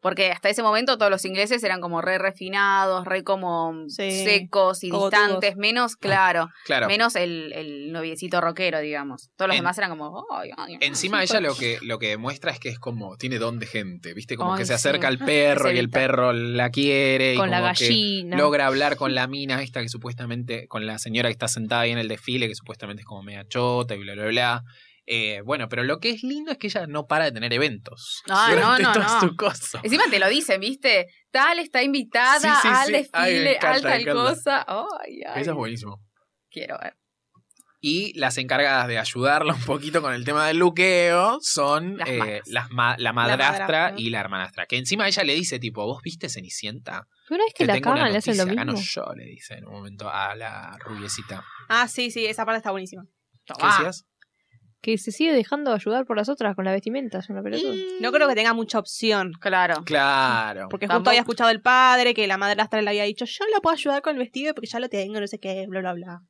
B: Porque hasta ese momento todos los ingleses eran como re refinados, re como
C: Sí,
B: secos y
C: cogotudos.
B: distantes, menos, claro,
A: claro.
B: menos el, el noviecito rockero, digamos. Todos los
A: En-
B: demás eran como... "Ay, ay, ay".
A: Encima ella lo que, lo que demuestra es que es como, tiene don de gente, ¿viste? Como
B: Ay,
A: que
B: sí.
A: se acerca al perro
B: Es
A: y el
B: evita.
A: perro la quiere. y
D: Con la
A: como que-
D: gallina.
A: logra hablar con la mina esta que supuestamente, con la señora que está sentada ahí en el desfile, que supuestamente es como media chota y bla, bla, bla. Eh, bueno, pero lo que es lindo es que ella no para de tener eventos.
B: Ah, no,
A: durante
B: no, no.
A: toda su cosa.
B: Encima te lo dicen, ¿viste? Tal está invitada
A: Sí, sí,
B: al
A: sí. Ay, me
B: desfile,
A: encanta,
B: al
A: me
B: tal
A: encanta.
B: cosa. Ay, ay,
A: Eso es buenísimo.
B: Quiero ver.
A: Y las encargadas de ayudarla un poquito con el tema del luqueo son
B: Las
A: eh,
B: madres.
A: las ma- la madrastra
C: madrastra.
A: y la hermanastra. Que encima ella le dice, tipo, ¿vos viste Cenicienta?
D: Pero una vez que
A: Te
D: la
A: tengo una
D: cagan, le hacen lo
A: noticia,
D: mismo.
A: Gano yo, le dice en un momento a la rubiecita.
C: Ah, sí, sí, esa parte está buenísima.
A: ¿Qué
B: Tomá.
A: decías?
D: Que se sigue dejando ayudar por las otras con la vestimenta. Es una pelotuda.
C: No creo que tenga mucha opción.
B: Claro.
A: Claro.
C: Porque
B: Tampoco-
C: justo había escuchado el padre que la madrastra le había dicho, yo la puedo ayudar con el vestido porque ya lo tengo, no sé qué, bla, bla, bla.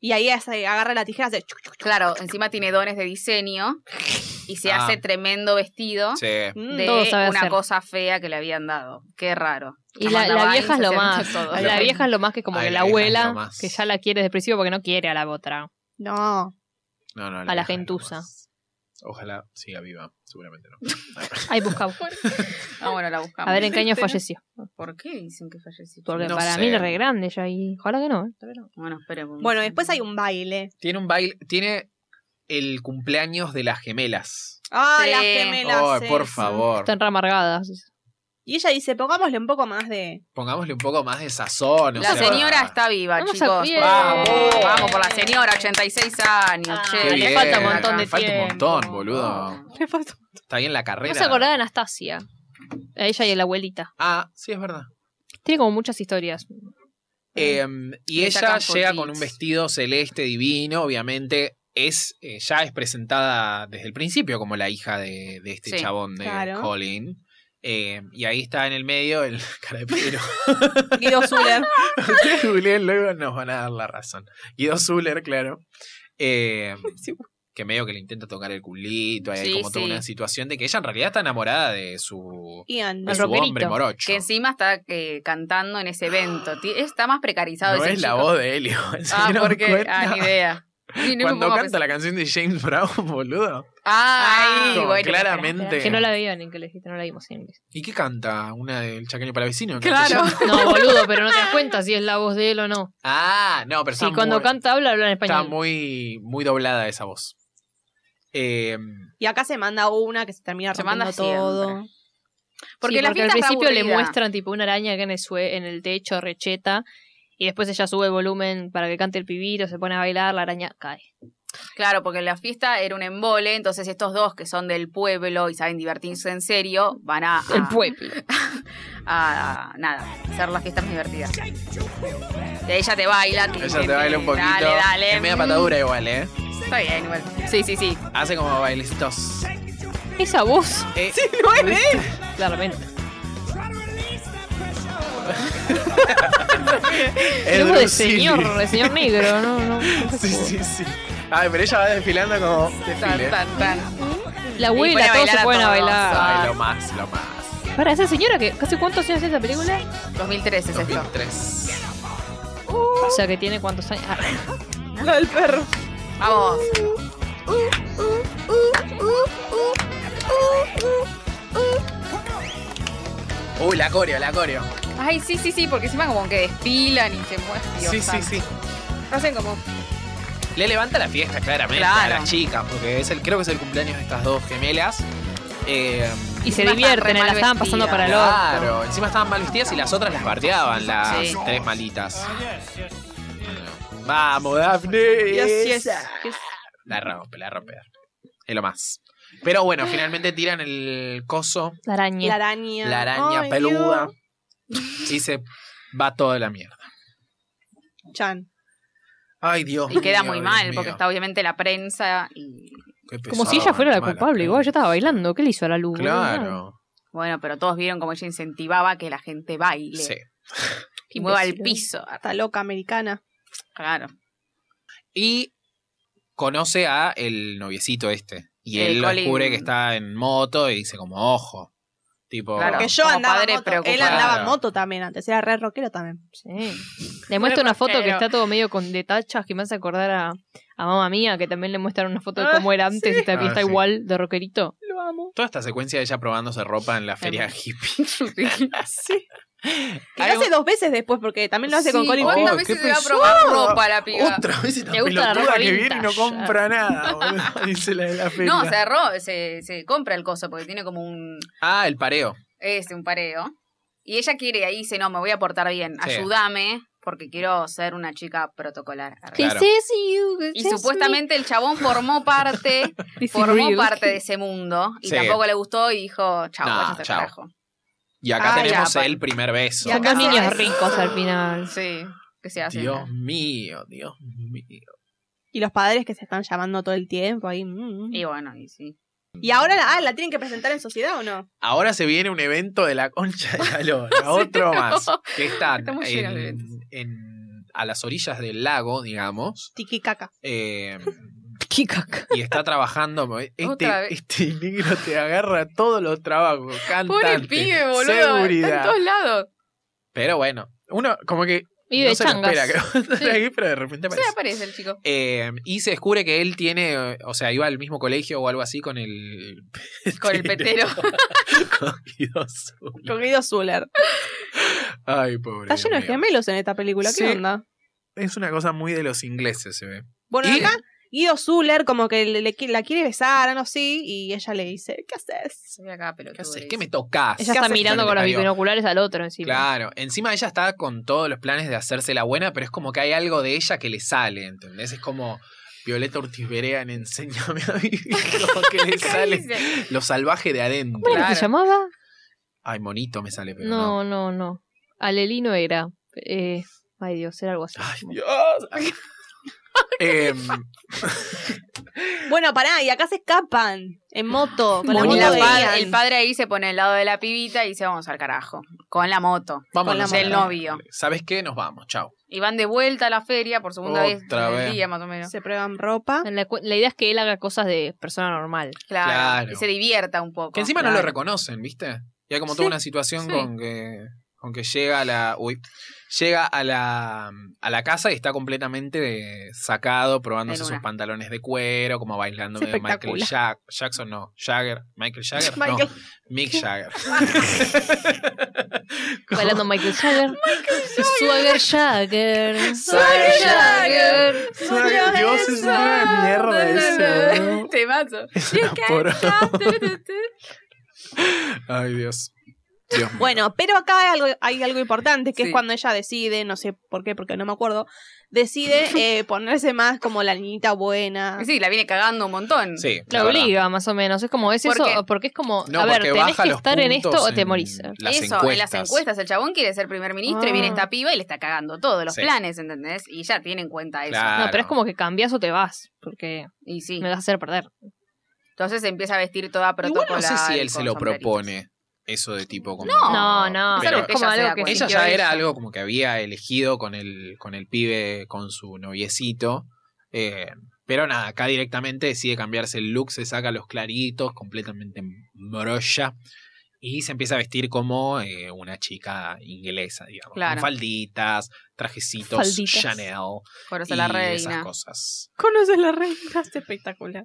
C: Y ahí hace- agarra la tijera, hace... chuc, chuc, chuc.
B: Claro, encima tiene dones de diseño y se
A: Ah.
B: hace tremendo vestido
A: Sí.
C: Mm,
B: de
D: Todo sabe
B: una
D: hacer.
B: cosa fea que le habían dado. Qué raro.
D: Y la,
B: Amanda
D: la
B: Bynes
D: vieja es lo
B: haciendo
D: más.
B: todo.
A: Ay,
D: La
A: Lo-
D: vieja es lo más que como
A: Ay,
D: que la
A: la vieja es lo
D: abuela,
A: más.
D: que ya la quiere desde el principio porque no quiere a la otra.
C: No.
A: No, no,
D: A
A: vieja
D: la
A: no
D: gentuza.
A: más. Ojalá siga viva, seguramente no.
D: Ay, busca.
B: Ah, bueno, la buscamos.
D: A ver en qué año falleció.
B: ¿Por qué dicen que falleció?
D: Porque
A: No
D: para
A: sé.
D: mí era re grande ya y ojalá que no. ¿eh?
B: Bueno, esperemos.
C: Bueno, después hay un baile.
A: Tiene un baile, tiene el cumpleaños de las gemelas.
C: Ah,
B: Sí.
C: las gemelas.
A: Ay,
C: sí,
A: por
C: sí.
A: favor,
D: Están re amargadas.
C: Y ella dice, pongámosle un poco más de...
A: pongámosle un poco más de sazón. o
B: La
A: sea,
B: señora está viva,
D: Vamos a-
B: chicos.
D: Bien.
B: Vamos, vamos por la señora, 86 años.
D: Ah,
B: che.
A: Qué
D: le
A: bien,
D: falta un montón
A: le
D: de
A: falta un
D: tiempo.
A: montón, boludo. Está bien la carrera.
D: No se acordaba de Anastasia. A ella y a la abuelita.
A: Ah, sí, es verdad.
D: Tiene como muchas historias.
A: Eh, y
B: Le
A: ella
B: sacan
A: llega con
B: fotitos.
A: un vestido celeste divino, obviamente. Es, eh, ya es presentada desde el principio como la hija de, de este
B: Sí,
A: chabón de
C: claro.
A: Colin. Eh, y ahí está en el medio el cara de Pedro.
C: Guido Zuller.
A: Ustedes googleen, luego nos van a dar la razón. Guido Zuller, claro. Eh, que medio que le intenta tocar el culito, hay
B: Sí,
A: como toda
B: sí.
A: una situación de que ella en realidad está enamorada de su,
C: Ian.
A: de
D: El
A: su
D: rockerito.
A: hombre morocho.
B: Que encima está eh, cantando en ese evento. Ti- Está más precarizado
A: no
B: ese
A: es la
B: chico.
A: voz de Helio. ¿se
B: Ah,
A: dieron
B: porque.
A: cuenta?
B: Ah, ni idea. Ni- ni me
A: Cuando
B: pongo a
A: canta la canción de James Brown, boludo.
B: pensar. Ah, ahí,
A: Como
B: bueno.
A: claramente.
D: Que no la veían en que les dijiste, no la vimos en inglés.
A: ¿Y qué canta? ¿Una del chaqueño para vecino?
B: Claro.
D: No, boludo, pero no te das cuenta si es la voz de él o no.
A: Ah, no, pero
D: Si
A: está
D: cuando
A: muy-
D: canta habla, habla en
A: está
D: español.
A: muy, muy doblada esa voz. Eh,
C: Y acá se manda una que se termina
B: Se
C: rompiendo
B: manda
C: todo.
B: siempre. Porque,
D: Sí,
B: la
D: al
B: fiesta está
D: principio le
B: aburrida.
D: muestran tipo una araña que en el, sue- en el techo recheta y después ella sube el volumen para que cante el pibito, se pone a bailar, la araña cae.
B: Claro, porque la fiesta era un embole, entonces estos dos que son del pueblo y saben divertirse en serio, van a, a-
A: Ah.
D: El pueblo.
B: a- a- nada, hacer las fiestas más divertidas. Ella te baila, te-
A: Ella te baila un poquito.
B: Dale, dale.
A: Es media patadura igual, ¿eh?
B: Está bien, igual. Sí, sí, sí.
A: Hace como bailecitos.
D: Esa voz,
A: Eh,
D: claramente.
A: es
D: Luego de
A: Drusili.
D: señor, de señor negro, no, no.
A: Sí, sí, sí. Ay, pero ella va desfilando como
B: Tan,
A: desfile.
B: tan, tan. Y pone
D: La abuela,
B: a
D: todos
B: bailar
D: se
B: a
D: pueden a
B: todos.
D: bailar.
A: Ay, lo más, lo más.
D: Para esa señora que casi cuántos años es esa película?
B: 2013 es esto.
A: 2003.
D: O sea que tiene cuántos años. Ah,
C: Lo del perro.
B: Vamos.
A: Uy, la coreo, la coreo.
B: Ay, sí, sí, sí, porque encima como que desfilan y se mueven. Dios
A: Sí, sí,
B: santo.
A: sí.
C: Hacen como.
A: Le levanta la fiesta, claramente,
B: Claro.
A: a las chicas, porque es el, creo que es el cumpleaños de estas dos gemelas. Eh,
D: Y se
B: Encima está
D: divierten,
B: re
D: la
B: mal
D: estaban
B: vestida.
D: pasando para el otro.
A: claro, encima estaban mal vestidas y las otras las bardeaban, las
B: Sí.
A: tres malitas. Vamos, Daphne.
C: Y así es.
A: La rompe, la rompe. Es lo más. Pero bueno, finalmente tiran el coso,
D: La
C: La
D: araña.
C: araña.
A: la araña
C: Ay,
A: peluda,
C: Dios.
A: y se va toda la mierda.
C: Chan.
A: Ay, Dios
B: Y queda
A: mío,
B: muy
A: Dios
B: mal,
A: mío.
B: porque está obviamente la prensa y.
A: Qué
D: Como
A: pesado,
D: si ella fuera la
A: mala
D: culpable, igual yo
A: prensa.
D: estaba bailando. ¿Qué le hizo a la luz?
A: Claro,
B: Bueno, pero todos vieron como ella incentivaba que la gente baile
A: sí.
B: y mueva el
D: Imbécil.
B: piso. ah,
C: Esta loca americana.
B: Claro.
A: Y conoce a el noviecito este. Y
B: El
A: él lo
B: Colin.
A: descubre que está en moto y dice como, ojo. Tipo,
B: Claro.
C: Porque yo
B: Como
C: andaba
B: padre
C: en moto. Él
B: preocupado.
C: andaba en moto también antes. Era re rockero también.
D: Sí. Le muestra una foto que
B: pero-
D: está todo medio con detachas que me hace acordar a, a mamá mía, que también le muestran una foto de cómo era antes y está,
A: Ah,
D: está
A: sí.
D: igual de rockerito.
C: Lo amo.
A: toda esta secuencia de ella probándose ropa en la feria hippie.
C: Sí. Que lo
A: Hay
C: hace dos veces después porque también lo hace con
B: Sí,
C: Colin
A: ¿cuántas
B: ¿cuántas
A: Oh,
C: Firth.
A: qué
B: veces se va a
A: pesada.
B: probar ropa la piba?
A: Otra vez esta
D: Le gusta la
A: pelotuda
D: ropa
A: que viene y no
D: vintage.
A: compra nada, boludo. Dice la de la feria.
B: No, se erró, se, se compra el coso porque tiene como un,
A: Ah, el pareo.
B: este, un pareo. Y ella quiere ahí, dice, no, me voy a portar bien,
A: Sí.
B: ayúdame, porque quiero ser una chica protocolar.
A: ¿Qué? Claro.
D: es you?
B: Y supuestamente el chabón formó parte, formó parte de ese mundo y
A: Sí.
B: tampoco le gustó y dijo, chao,
A: No,
B: váyase al
A: chao.
B: carajo.
A: Y acá
B: Ah,
A: tenemos
B: ya, pa-
A: el primer beso.
B: Y acá
D: Dos
B: se
D: niños
B: hace.
D: ricos al final.
B: Sí, que se hace.
A: Dios mío, Dios mío.
C: Y los padres que se están llamando todo el tiempo ahí. mm, mm.
B: Y bueno, y sí.
C: Y ahora la, ah, la tienen que presentar en sociedad o no?
A: Ahora se viene un evento de la concha de la lora, otro más. Que están
B: Estamos llenos de
A: en- en- a las orillas del lago, digamos.
C: Tiki caca.
A: eh,
D: Qué caca.
A: y está trabajando. mo-
B: Otra vez.
A: Este, este negro te agarra todos los trabajos.
B: Pobre
A: Cantante,
B: pibe, boludo. Está en
A: Seguridad.
B: todos lados.
A: Pero bueno, uno como que
D: Y de
A: no se lo
D: changas.
A: espera que va a estar
B: Sí.
A: aquí, pero de repente
B: Se
A: aparece.
B: aparece el chico.
A: Eh, y se descubre que él tiene, eh, o sea, iba al mismo colegio o algo así con el.
B: Con el petero.
A: Con Guido Zuller.
C: Con Guido Zuller.
A: Ay, pobre.
C: Está
A: Dios
C: lleno de
A: mío.
C: gemelos en esta película. ¿Qué
A: Sí.
C: onda?
A: Es una cosa muy de los ingleses, se ve.
C: Bueno,
A: ¿Y?
C: acá Guido Zuller como que le- le qui- la quiere besar, algo así, y ella le dice, ¿qué haces?
B: Se ve acá, pero
A: ¿Qué haces? ¿Qué me tocas?
D: Ella está
C: hace?
D: mirando con los
A: Claro.
D: binoculares al otro encima.
A: Claro, encima ella está con todos los planes de hacerse la buena, pero es como que hay algo de ella que le sale, ¿entendés? Es como Violeta Ortiz Berea en Enséñame a vivir, como que le sale lo salvaje de adentro.
D: ¿Cómo era que se llamaba?
A: Ay, monito me sale, pero no.
D: No, no, no. Alelino era. Eh, ay Dios, era algo así.
A: Ay, Dios. Em,
C: Bueno, pará, y acá se escapan en moto, con la
D: Moni,
B: Y la
C: moto de
B: pa-
C: Ian.
B: el padre ahí se pone al lado de la pibita y dice, vamos al carajo. Con la moto.
A: vamos
C: Con la
A: a
B: del
A: la-
B: novio.
A: ¿Sabes qué? Nos vamos, chao.
B: Y van de vuelta a la feria por segunda vez en
A: Otra vez.
B: el día, más o menos.
C: Se prueban ropa.
D: En La, cu- la idea es que él haga cosas de persona normal.
B: Claro.
A: Claro.
B: Y se divierta un poco.
A: Que encima no lo
B: Claro.
A: reconocen, ¿viste? Y hay como
B: Sí,
A: toda una situación
B: sí.
A: con que con que llega a la uy, llega a la a la casa y está completamente sacado probándose
B: En una.
A: sus pantalones de cuero, como bailando
C: Es
A: medio Michael
C: espectacular.
A: Jack- Jackson no, Jagger, Michael Jagger,
C: Michael-
A: no, Mick Jagger. Como-
D: Bailando Michael Jagger. Swagger Jagger.
A: Swagger
B: Jagger.
A: Dios es una mierda ese. boludo.
B: Te mato.
A: Es una poro- Ay, Dios. Dios mío.
C: Bueno, pero acá hay algo, hay algo importante, que
B: Sí.
C: es cuando ella decide, no sé por qué, porque no me acuerdo, decide eh, ponerse más como la niñita buena.
B: Sí, la viene cagando un montón.
A: Sí, la
D: La
A: verdad.
D: obliga, más o menos. Es como, es
B: ¿Por
D: eso,
B: qué?
D: porque es como,
A: No,
D: a ver,
A: porque
D: tenés
A: baja
D: que
A: los
D: estar en esto
A: puntos
D: o te morís.
A: Las
B: Eso,
A: encuestas.
B: en las encuestas el chabón quiere ser primer ministro y
C: Ah.
B: viene esta piba y le está cagando todos los
A: Sí.
B: planes, ¿entendés? Y ya tiene en cuenta eso.
A: Claro.
D: No, pero es como que cambias o te vas, porque
B: Y sí.
D: me vas a hacer perder.
B: Entonces empieza a vestir toda
A: Igual
B: protocolar.
A: no sé si él se
B: con
A: lo
B: sombreritos.
A: propone, eso de tipo como...
B: No,
D: No, no,
B: Pero
D: es como
B: ella se da
D: algo que
B: cuenta.
A: Ella
D: sintió
A: ya era
D: ella.
A: algo como que había elegido con el, con el pibe, con su noviecito. eh, pero nada, acá directamente decide cambiarse el look, se saca los claritos, completamente morolla. Y se empieza a vestir como eh, una chica inglesa, digamos. con
B: Claro.
A: falditas, trajecitos,
D: Falditas.
A: Chanel.
B: Conoce
A: Y
B: a la
A: esas
B: reina.
A: cosas.
C: Conoce la reina, es espectacular.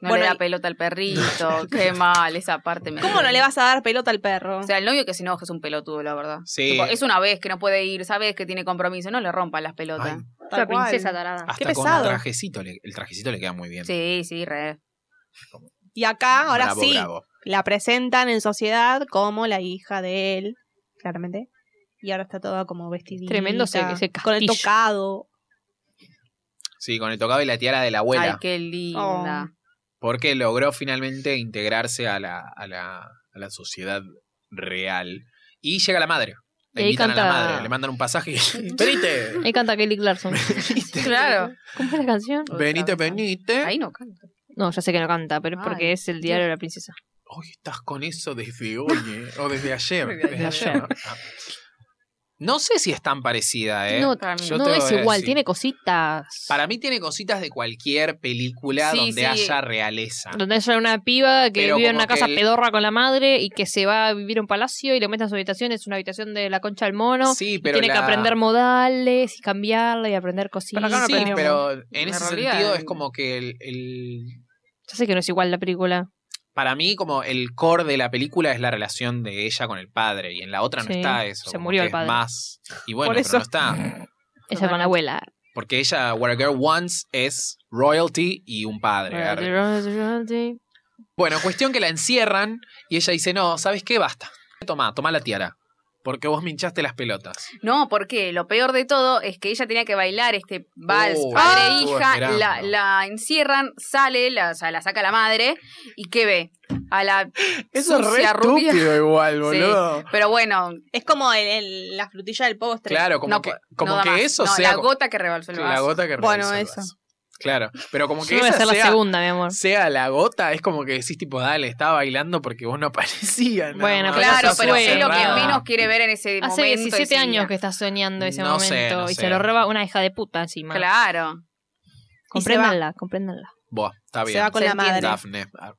B: No
C: Bueno,
B: le da
C: y-
B: pelota al perrito. Qué mal, esa parte me.
C: ¿Cómo no le vas a dar pelota al perro?
B: O sea, el novio que se enoja es un pelotudo, la verdad.
A: Sí.
B: Tipo, es una vez que no puede ir, sabes que tiene compromiso, no le rompan las
A: Ay,
B: pelotas.
C: Tal
D: Esa
C: cual.
D: princesa tarada.
A: hasta
C: qué
A: con
C: pesado.
A: trajecito, le- el trajecito le queda muy bien.
B: Sí, sí, re.
C: Y acá, Ah, ahora
A: Bravo,
C: sí,
A: bravo.
C: la presentan en sociedad como la hija de él, claramente. Y ahora está toda como vestidita.
D: Tremendo ese- ese
C: Con el
D: castillo.
C: tocado.
A: Sí, con el tocado y la tiara de la abuela.
B: Ay, qué linda.
C: Oh.
A: porque logró finalmente integrarse a la, a la, a la sociedad real. Y llega la madre.
D: Y
A: Le
D: ahí
A: invitan a la
D: canta-
A: madre, le mandan un pasaje. y- Venite,
D: Ahí canta Kelly Clarkson.
B: Claro.
D: ¿Cómo es la canción?
A: venite, venite.
B: Ahí no canta.
D: No, ya sé que no canta, pero es porque
B: Ay,
D: es el diario de la princesa.
A: Hoy estás con eso desde hoy, ¿eh? o desde ayer.
B: Desde
A: desde
D: ayer.
A: ayer. Ah. No sé si es tan parecida, ¿eh?
D: No,
B: Para mí
A: Yo
D: no
A: te voy
D: es
A: a
D: igual,
A: decir.
D: tiene cositas.
A: Para mí tiene cositas de cualquier película
B: Sí,
A: donde
B: sí.
A: haya realeza.
D: Donde hay una piba que
A: Pero
D: vive en
A: como
D: una
A: que
D: casa
A: el-
D: pedorra con la madre y que se va a vivir a un palacio y le meten a su habitación, es una habitación de la concha al mono.
A: Sí,
D: Y
A: pero
D: tiene que
A: la-
D: aprender modales y cambiarla y aprender
A: Pero
D: cositas.
A: acá no
D: Sí,
A: aprendí,
D: como-
A: pero en
B: La
A: ese
B: realidad
A: sentido
B: es-
A: es como que el- el,
D: Ya sé que no es igual la película.
A: para mí como el core de la película es la relación de ella con el padre y en la otra no
D: Sí,
A: está eso.
D: se
A: como
D: murió
A: que
D: el
A: es
D: padre.
A: Más. Y bueno,
C: Por
A: pero
C: eso.
A: no está.
D: Ella con la abuela.
A: Porque ella, What a Girl Wants es royalty y un padre. arre. Bueno, cuestión que la encierran y ella dice, no, ¿sabes qué? Basta. Toma, toma la tiara. Porque vos me hinchaste las pelotas.
B: No, porque lo peor de todo es que ella tenía que bailar este vals
A: Oh,
B: padre e
A: estuvo
B: hija,
A: esperando.
B: la, la encierran, sale, la, o sea, la saca la madre y ¿qué ve? A la sucia rubia.
A: igual,
B: Pero bueno,
C: Es como el- el- la frutilla del postre.
A: Claro, como
B: no,
A: que,
B: po-
A: como
B: no da
A: que
B: más.
A: eso
B: No,
A: sea...
B: la gota que rebalsó el
A: la
B: vaso.
A: gota que
C: Bueno,
A: rebalsó el
C: eso.
A: vaso. Claro, pero como que
D: Yo voy a
A: esa
D: ser la
A: sea-
D: segunda, mi amor.
A: sea la gota, es como que decís, tipo, dale, estaba bailando porque vos no aparecías. nada
D: Bueno,
A: más.
D: pero
B: Claro,
D: eso
B: pero
D: fue
B: es lo que
D: cerrada.
B: menos quiere ver en ese momento.
D: Hace 17
B: ese
D: años
B: día.
D: que está soñando ese
A: No sé,
D: momento
A: no
D: y
A: sé.
D: se lo roba una hija de puta encima.
B: Claro.
D: Compréndanla, compréndanla.
A: Buah, está bien.
C: Se va con
B: Se
C: la
B: entiende.
C: madre.
A: Daphne. Ah.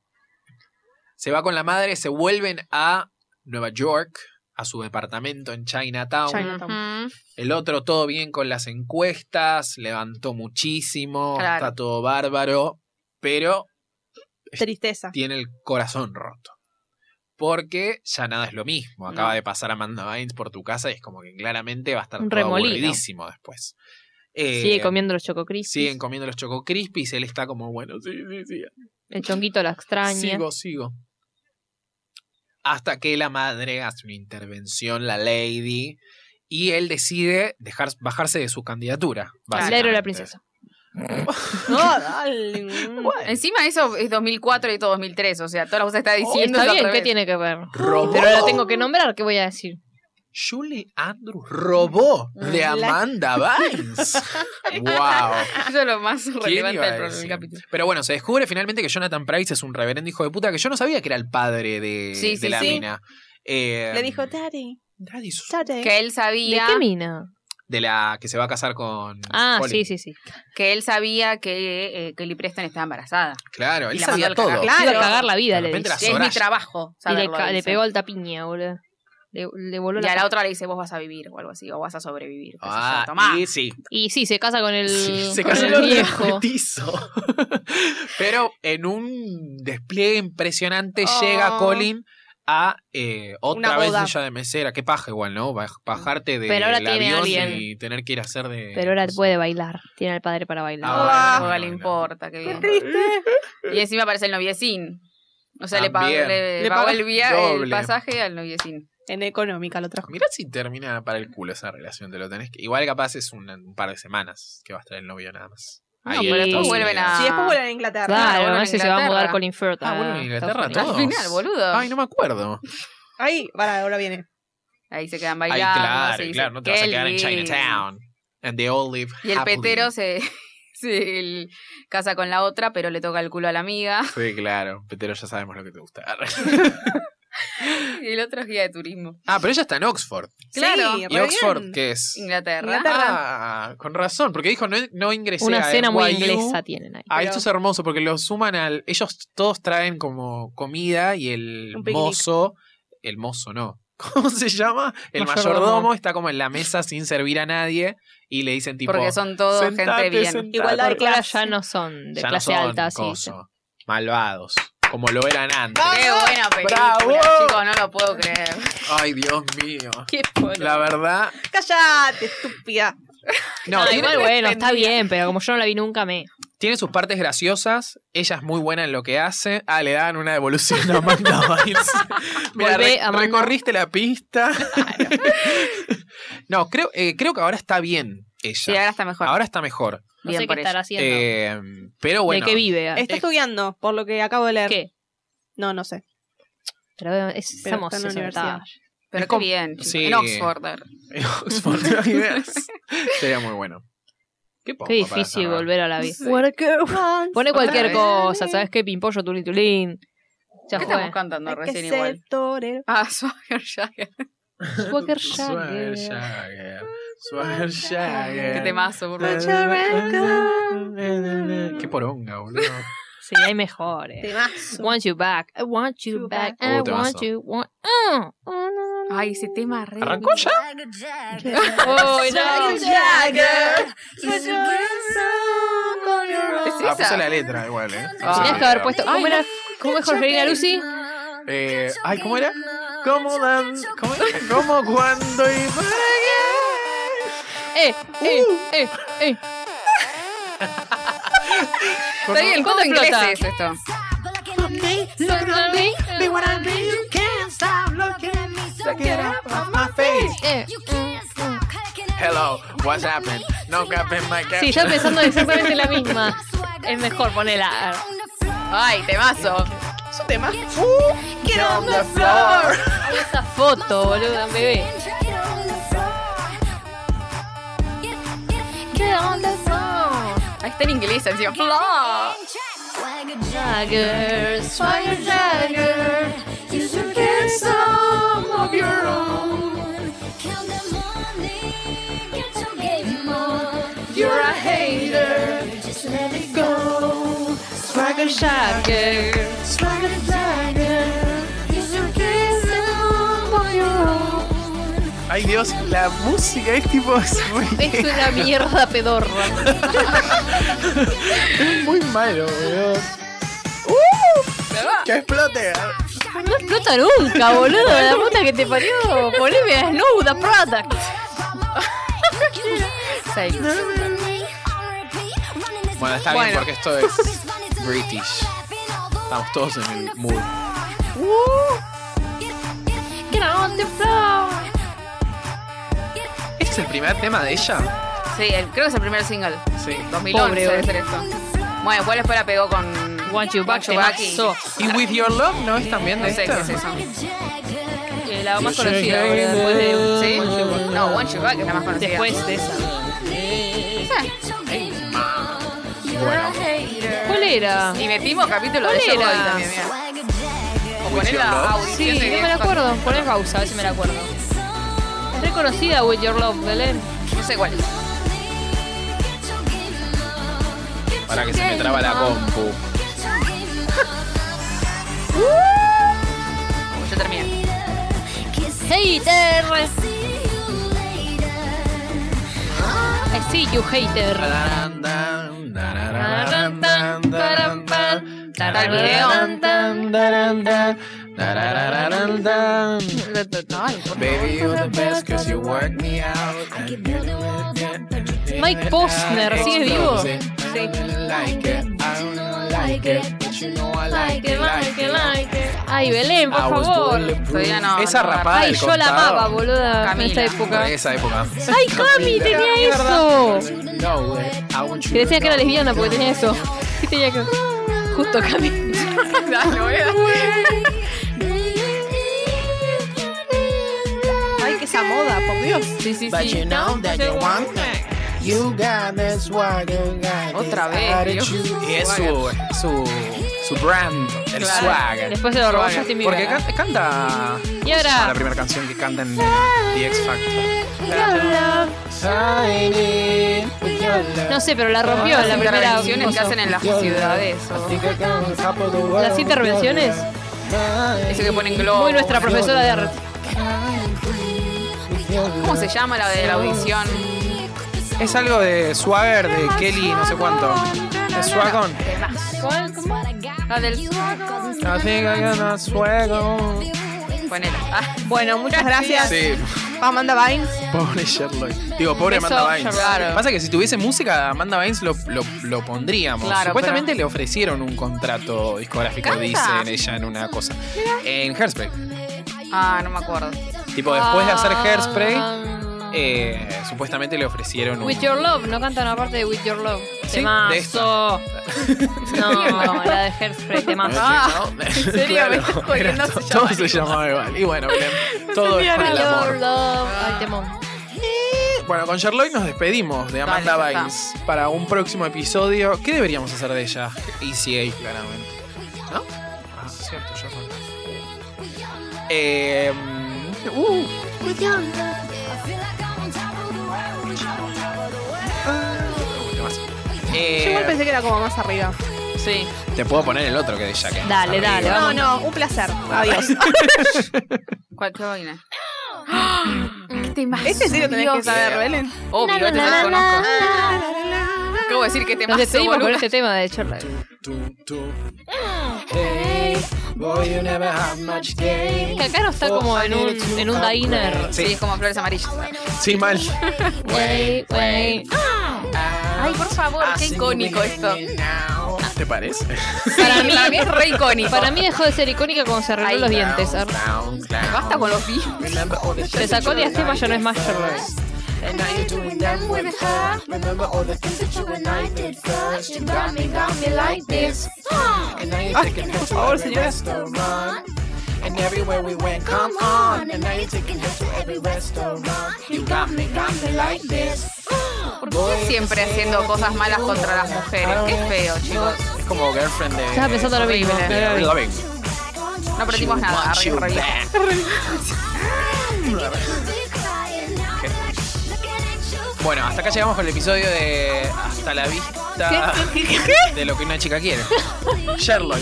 A: Se va con la madre, se vuelven a Nueva York, a su departamento en Chinatown.
C: China-
A: El otro todo bien con las encuestas, levantó muchísimo,
B: Claro.
A: está todo bárbaro, pero
C: Tristeza.
A: tiene el corazón roto. Porque ya nada es lo mismo. Acaba de pasar Amanda Vines por tu casa y es como que claramente va a estar
D: Un
A: todo
D: remolino.
A: aburridísimo después. Eh,
D: Sigue comiendo los Choco Crispies.
A: Siguen comiendo los Choco Crispies. Él está como, bueno, sí, sí, sí.
D: El chonguito la extraña.
A: Sigo, sigo. Hasta que la madre hace una intervención, la lady, y él decide dejar, bajarse de su candidatura.
D: Claro.
A: básicamente.
D: la princesa.
C: No, dale. mm.
B: Encima eso es 2004 y todo 2003, o sea, todas las cosas que está
D: Sí,
B: diciendo
D: Oh,
B: es al
D: está bien, ¿qué
B: revés.
D: tiene que ver?
A: Robó.
D: Pero la tengo que nombrar, ¿qué voy a decir?
A: Julie Andrews robó
B: Mm.
A: de
C: La-
A: Amanda Vines. wow.
B: Eso es lo más relevante
A: iba a
B: del pro-
A: decir?
B: del capítulo.
A: Pero bueno, se descubre finalmente que Jonathan Price es un reverendo hijo de puta que yo no sabía que era el padre de,
B: Sí,
A: de
B: sí,
A: la
C: sí.
A: mina. Eh,
C: Le dijo, Daddy,
A: Daddy, sos-
C: Daddy.
B: Que él
D: ¿De
B: sabía
D: qué mina?
A: de la que se va a casar con.
D: Ah,
A: Colin.
D: sí, sí, sí.
B: que él sabía que eh, Kelly Preston estaba embarazada.
A: Claro, él
B: Y la mandó
A: sabía
B: al carajo.
A: todo.
B: Claro.
D: Iba a cagar la vida,
A: De
D: le
A: repente
D: dice.
B: Que es
A: Soraya.
B: mi trabajo.
D: Y le,
B: saberlo,
D: ca- le
B: dice.
D: pegó alta piña, boludo. Le, le voló
B: Y
D: la,
B: a la otra le dice, vos vas a vivir o algo así, o vas a sobrevivir. qué sé yo,
A: Ah,
B: tomá.
A: y sí.
D: Y sí, se casa con el,
A: Sí, se
D: con
A: cayó
D: el viejo.
A: petizo. Pero en un despliegue impresionante
C: Oh.
A: llega Colin a eh, otra
C: Una
A: vez
C: boda.
A: ella de mesera. Qué paja igual, ¿no? Baj- Bajarte de
D: Pero ahora
A: del
D: tiene
A: avión
D: alguien.
A: y tener que ir a hacer de...
D: Pero ahora
A: no sé.
D: puede bailar. Tiene al padre para bailar.
A: Ah,
B: No,
A: bueno,
B: no le
A: bueno.
B: importa, qué bien.
C: Triste.
B: Y encima aparece el noviecín. O sea, le, pagó,
A: También.
B: le
C: Le
B: pagó
C: pagó
B: el, via- el
A: doble.
B: pasaje al noviecín.
C: En económica lo trajo.
A: Mirá si termina para el culo esa relación, te lo tenés que... Igual capaz es un, un par de semanas que va a estar el novio nada más.
B: No,
A: Ahí
B: pero
A: en
B: después
A: Estados
B: vuelven
A: Unidos.
B: a-
C: Si después vuelan a Inglaterra.
B: Claro,
D: Claro,
B: bueno,
D: no
B: en
D: sé si se va a
B: Inglaterra.
D: mudar Colin Firth.
A: Ah,
D: a
A: bueno, en
D: Estados
A: Inglaterra
D: Unidos.
B: Al
A: todos.
B: final, boludo.
A: Ay, no me acuerdo.
C: Ahí, para, ahora viene.
B: Ahí se quedan
A: Ay,
B: bailando.
A: claro,
B: se dicen,
A: claro, no te vas a
B: "Qué
A: quedar en
B: lindo".
A: Chinatown. Ah, And they all live
B: Y el
A: happily.
B: petero se, se el- casa con la otra, pero le toca el culo a la amiga.
A: Sí, claro, petero ya sabemos lo que te gusta.
B: Y el otro es guía de turismo.
A: ah, pero ella está en Oxford.
B: Claro.
C: Sí,
A: ¿Y
C: re
A: Oxford
C: bien.
A: qué es?
B: Inglaterra.
C: Inglaterra.
A: Ah, con razón, porque dijo no, no ingresé
D: Una
A: a
D: cena muy
A: NYU.
D: inglesa tienen ahí.
A: Ah,
C: pero-
A: esto es hermoso porque lo suman al. Ellos todos traen como comida y el
C: Un picnic.
A: mozo. El mozo no. ¿Cómo se llama? El
D: Mayordomo.
A: mayordomo. está como en la mesa sin servir a nadie y le dicen tipo.
B: porque son todos gente
A: "Sentate,
B: bien.
A: sentate".
C: Igualdad de
D: Porque ahora
C: clase.
D: ya no son de
A: Ya no
D: clase
A: son
D: alta, sí. sí.
A: coso, Malvados. Como lo eran antes.
B: Qué buena película,
A: ¡Bravo!
B: chicos, no lo puedo creer.
A: Ay, Dios mío.
B: Qué
A: La verdad.
C: Callate, estúpida.
A: No,
D: No,
A: tiene-
D: Ah, igual bueno, está bien, pero como yo no la vi nunca, me.
A: Tiene sus partes graciosas. Ella es muy buena en lo que hace. Ah, le dan una devolución a Amanda Bynes. Mira,
D: Volvé,
A: re-
D: Amanda.
A: recorriste la pista. no, creo, eh, creo que ahora está bien ella.
B: Sí, ahora está mejor.
A: Ahora está mejor.
D: No
B: Bien
D: sé qué
B: por
D: estará
B: ella.
D: haciendo.
A: Eh, pero bueno.
D: ¿De qué vive?
C: Está estudiando, por lo que acabo de leer.
D: ¿Qué?
C: No, no sé.
D: Pero es,
C: Pero
D: estamos
C: está en la universidad.
B: Pero qué
A: como-
B: bien. chicos.
A: Sí.
B: En Oxford.
A: en Oxford, ¿te imaginas? Sería muy bueno. Qué, poco
D: Qué
A: para
D: difícil
A: cerrar.
D: volver a la vida.
C: Bueno,
D: Pone cualquier
A: vez.
D: cosa, ¿sabes qué? Pimpollo, tulín, tulín. Ya
B: ¿Qué
D: fue.
B: estamos cantando
C: hay que
B: recién
C: ser
B: igual?
C: torero.
B: Ah, Swagger Jagger.
D: Swagger
A: Swagger
D: Jagger.
A: Jagger. Swagger
B: Qué
A: Jagger.
B: temazo, por favor.
A: Eh, Qué poronga, boludo.
D: Sí, hay mejores.
C: Temazo.
D: Want you back, I want you
C: You
D: back,
A: back.
D: I
A: Uh,
D: want
A: temazo.
D: you, want. Ah, oh, no, no, no.
B: Ay, ese tema re.
A: ¿Arrancó ya?
D: Oh, no.
B: ¿Es
A: Ah,
B: esa?
A: puse la letra igual, ¿eh?
B: Ah.
D: Tenías que haber puesto. ¿Cómo era? ¿Cómo es Jorgelina Lucy?
A: Eh, ay, ¿cómo era? ¿Cómo, dan, cómo, cómo, cuándo y para qué?
D: Eh, eh, eh, eh.
B: Está bien,
D: ¿Cuándo
B: ¿cuánto inglés
D: explota?
B: es esto?
A: Get up off my face.
D: Eh.
A: Hello, what's happened? No cap in my cap.
D: Sí, ya pensando exactamente la misma. Es mejor ponela.
B: Ay, temazo.
C: Es un tema.
A: Get on the floor.
D: Hay esa foto, boluda, bebé.
B: Ahí está en inglés encima. Fla.
D: Jagger, Swagger Jagger.
E: You're a hater. Just let it go.
D: Swagger Jagger.
E: Swagger Jagger. You should kiss them on your own.
A: Ay, Dios, la música es tipo. Es
D: Es
A: muy,
D: una mierda pedorra.
A: es muy malo, boludo. ¡Uh! ¡Que explote!
D: No explota nunca, boludo. La puta que te parió. Poneme desnuda, product.
B: Sí.
A: Bueno, está bien
B: Bueno.
A: porque esto es. British. Estamos todos en el mood. ¿Este es el primer tema de ella?
B: Sí, el- creo que es el primer single.
A: Sí.
B: 2011
D: Pobre,
B: debe
D: boludo.
B: ser esto. Bueno, después después la pegó con.
D: Want you back,
B: Want You Back y-
D: temazo.
A: ¿Y With Your Love no es también
B: No
A: de
B: sé qué
A: esta?
B: es eso.
D: Eh, La más conocida, boludo. Después de.
B: ¿Sí?
D: Want You Back.
B: No, Want You Back es la más conocida.
D: Después de esa.
E: Bueno.
D: ¿Cuál era?
B: Y metimos capítulo de
D: ¿Cuál
B: Yo
D: era?
B: Voy también, mira. O
A: With
B: poner
A: Your
B: la
A: Love.
D: Sí,
B: audición.
D: no
B: de-
D: me la acuerdo. Poner pausa, a ver si me la acuerdo. Es reconocida With Your Love, Belén.
B: No sé cuál. es.
A: Para que se me traba
B: Ah.
A: la compu.
B: Yo terminé.
D: Hater. I see you, hater.
A: Baby, you're the best cause you work me out.
D: Mike Posner, ¿sigue vivo?
C: Sí.
E: like it, I don't like it, but you know I like it, like it, like it.
D: Ay, Belén, por
A: I was
D: favor.
A: bulletproof.
B: Todavía no,
A: Esa
B: no,
A: rapada
D: Ay,
A: del
D: yo la
A: costado.
D: amaba, boluda, en
B: Camila.
D: esta época.
A: En esa época.
D: Ay, Cami, tenía eso. Que decían que era lesbiana
E: Pues
D: porque tenía eso. ¿Qué tenía que.? Justo Cami.
C: Ay, que esa moda, por Dios.
D: Sí, sí,
F: But you
D: sí.
F: know that you want me. You got this what you got.
B: Otra
F: this
B: vez,
F: attitude.
A: Y es su, su, su brand, el
D: Claro.
A: swag.
D: Después se lo robó
A: Swag.
D: Justin Bieber. Ah.
A: Porque can- canta.
D: Y
A: La
D: ahora.
A: primera canción que canta en el- The X Factor.
F: Sign in with your love.
D: No sé, pero la rompió en la
B: Las
D: primera.
B: intervenciones que
D: cosa.
B: hacen en las
F: Your love.
B: ciudades.
F: I
B: o-
F: think I got on top of the world.
D: Las intervenciones.
B: Eso que ponen globos.
D: Muy nuestra profesora de arte.
B: ¿Cómo se llama la de la audición?
A: Es algo de Swagger, de Kelly, no sé cuánto. Es Swagon.
B: La del suago.
A: I think I got a Swagon.
B: Ponela. Ah,
C: Bueno, muchas gracias,
A: Sí,
C: Amanda Vines.
A: pobre Sherlock. Digo, pobre
D: Beso,
A: Amanda Vines.
B: Sherlock.
A: Pasa que si tuviese música, Amanda Vines lo, lo- lo pondríamos.
B: Claro,
A: Supuestamente
B: pero-
A: le ofrecieron un contrato discográfico,
B: ¿Canta?
A: dicen ella en una cosa. En Hairspray.
B: ah, no me acuerdo.
A: Tipo, después de hacer Hairspray,
D: Ah.
A: eh, supuestamente le ofrecieron un.
D: With Your Love, no cantan aparte de With Your Love.
A: Sí, de
D: Temazo.
A: esta.
D: No, la de Hairspray, temazo.
B: Ah,
A: ¿no?
B: ¿en serio? Me estás
A: Claro,
B: jodiendo,
A: era
B: se
A: to- todo
B: llama
A: se llamaba igual. Y bueno, bien, todo es por el
D: Your
A: amor.
D: Love. Ay, temón.
A: Bueno, con Sherlock nos despedimos de Amanda
B: Dale, ya
A: Bynes para un próximo episodio. ¿Qué deberíamos hacer de ella? ECA, claramente. ¿No? Ah, cierto, yo soy. Eh, uh, temazo.
C: Yo igual
A: eh,
C: pensé que era como más arriba.
B: Sí.
A: te puedo poner el otro que de ella. que es
D: Dale,
A: arriba.
D: dale,
C: No,
D: vamos.
C: no, un placer. Adiós.
B: ¿Cuál qué vaina? ¿Qué temazo,
C: Este sí lo tenés que
B: Dios.
C: saber, Belén.
B: Obvio, este sí lo conozco. Acabo de decir que
D: Nos
B: temazo,
D: despedimos con
B: boludo.
D: este tema de Sherlock.
F: Tum, tum. Hey, boy, you never had much game.
D: Que acá no está como en un, en un diner.
B: Sí, es como flores amarillas.
A: Sí, mal.
D: Wey, wey.
B: Ay, por favor, qué icónico esto.
A: ¿Te parece?
B: Para mí, para mí es re icónico.
D: Para mí dejó de ser icónica cuando se arregló
B: Ay,
D: los dientes. Ar-
B: Basta con los bichos.
D: Se sacó el diastema, ya no es más Sherlock.
B: Ah,
F: Por favor, señores. And everywhere we went, come on. And now you're taking her to every restaurant. You got me, got me like this.
B: ¿Por qué siempre haciendo cosas malas contra las mujeres? Qué feo, chicos.
A: Es como girlfriend de.
D: Estaba pensando lo mismo.
B: Horrible.
A: de
D: Pero-
A: Loving.
B: No aprendimos nada.
A: Want you
B: Arriba, arriba.
A: back. Bueno, hasta acá llegamos con el episodio de Hasta la vista de lo que una chica quiere. Sherlock.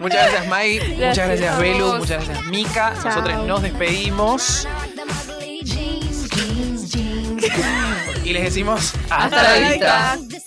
A: Muchas gracias Maggie, muchas gracias Belu, muchas gracias Mika. Nosotros nos despedimos y les decimos
B: Hasta la vista.
A: vista.
C: Adiós.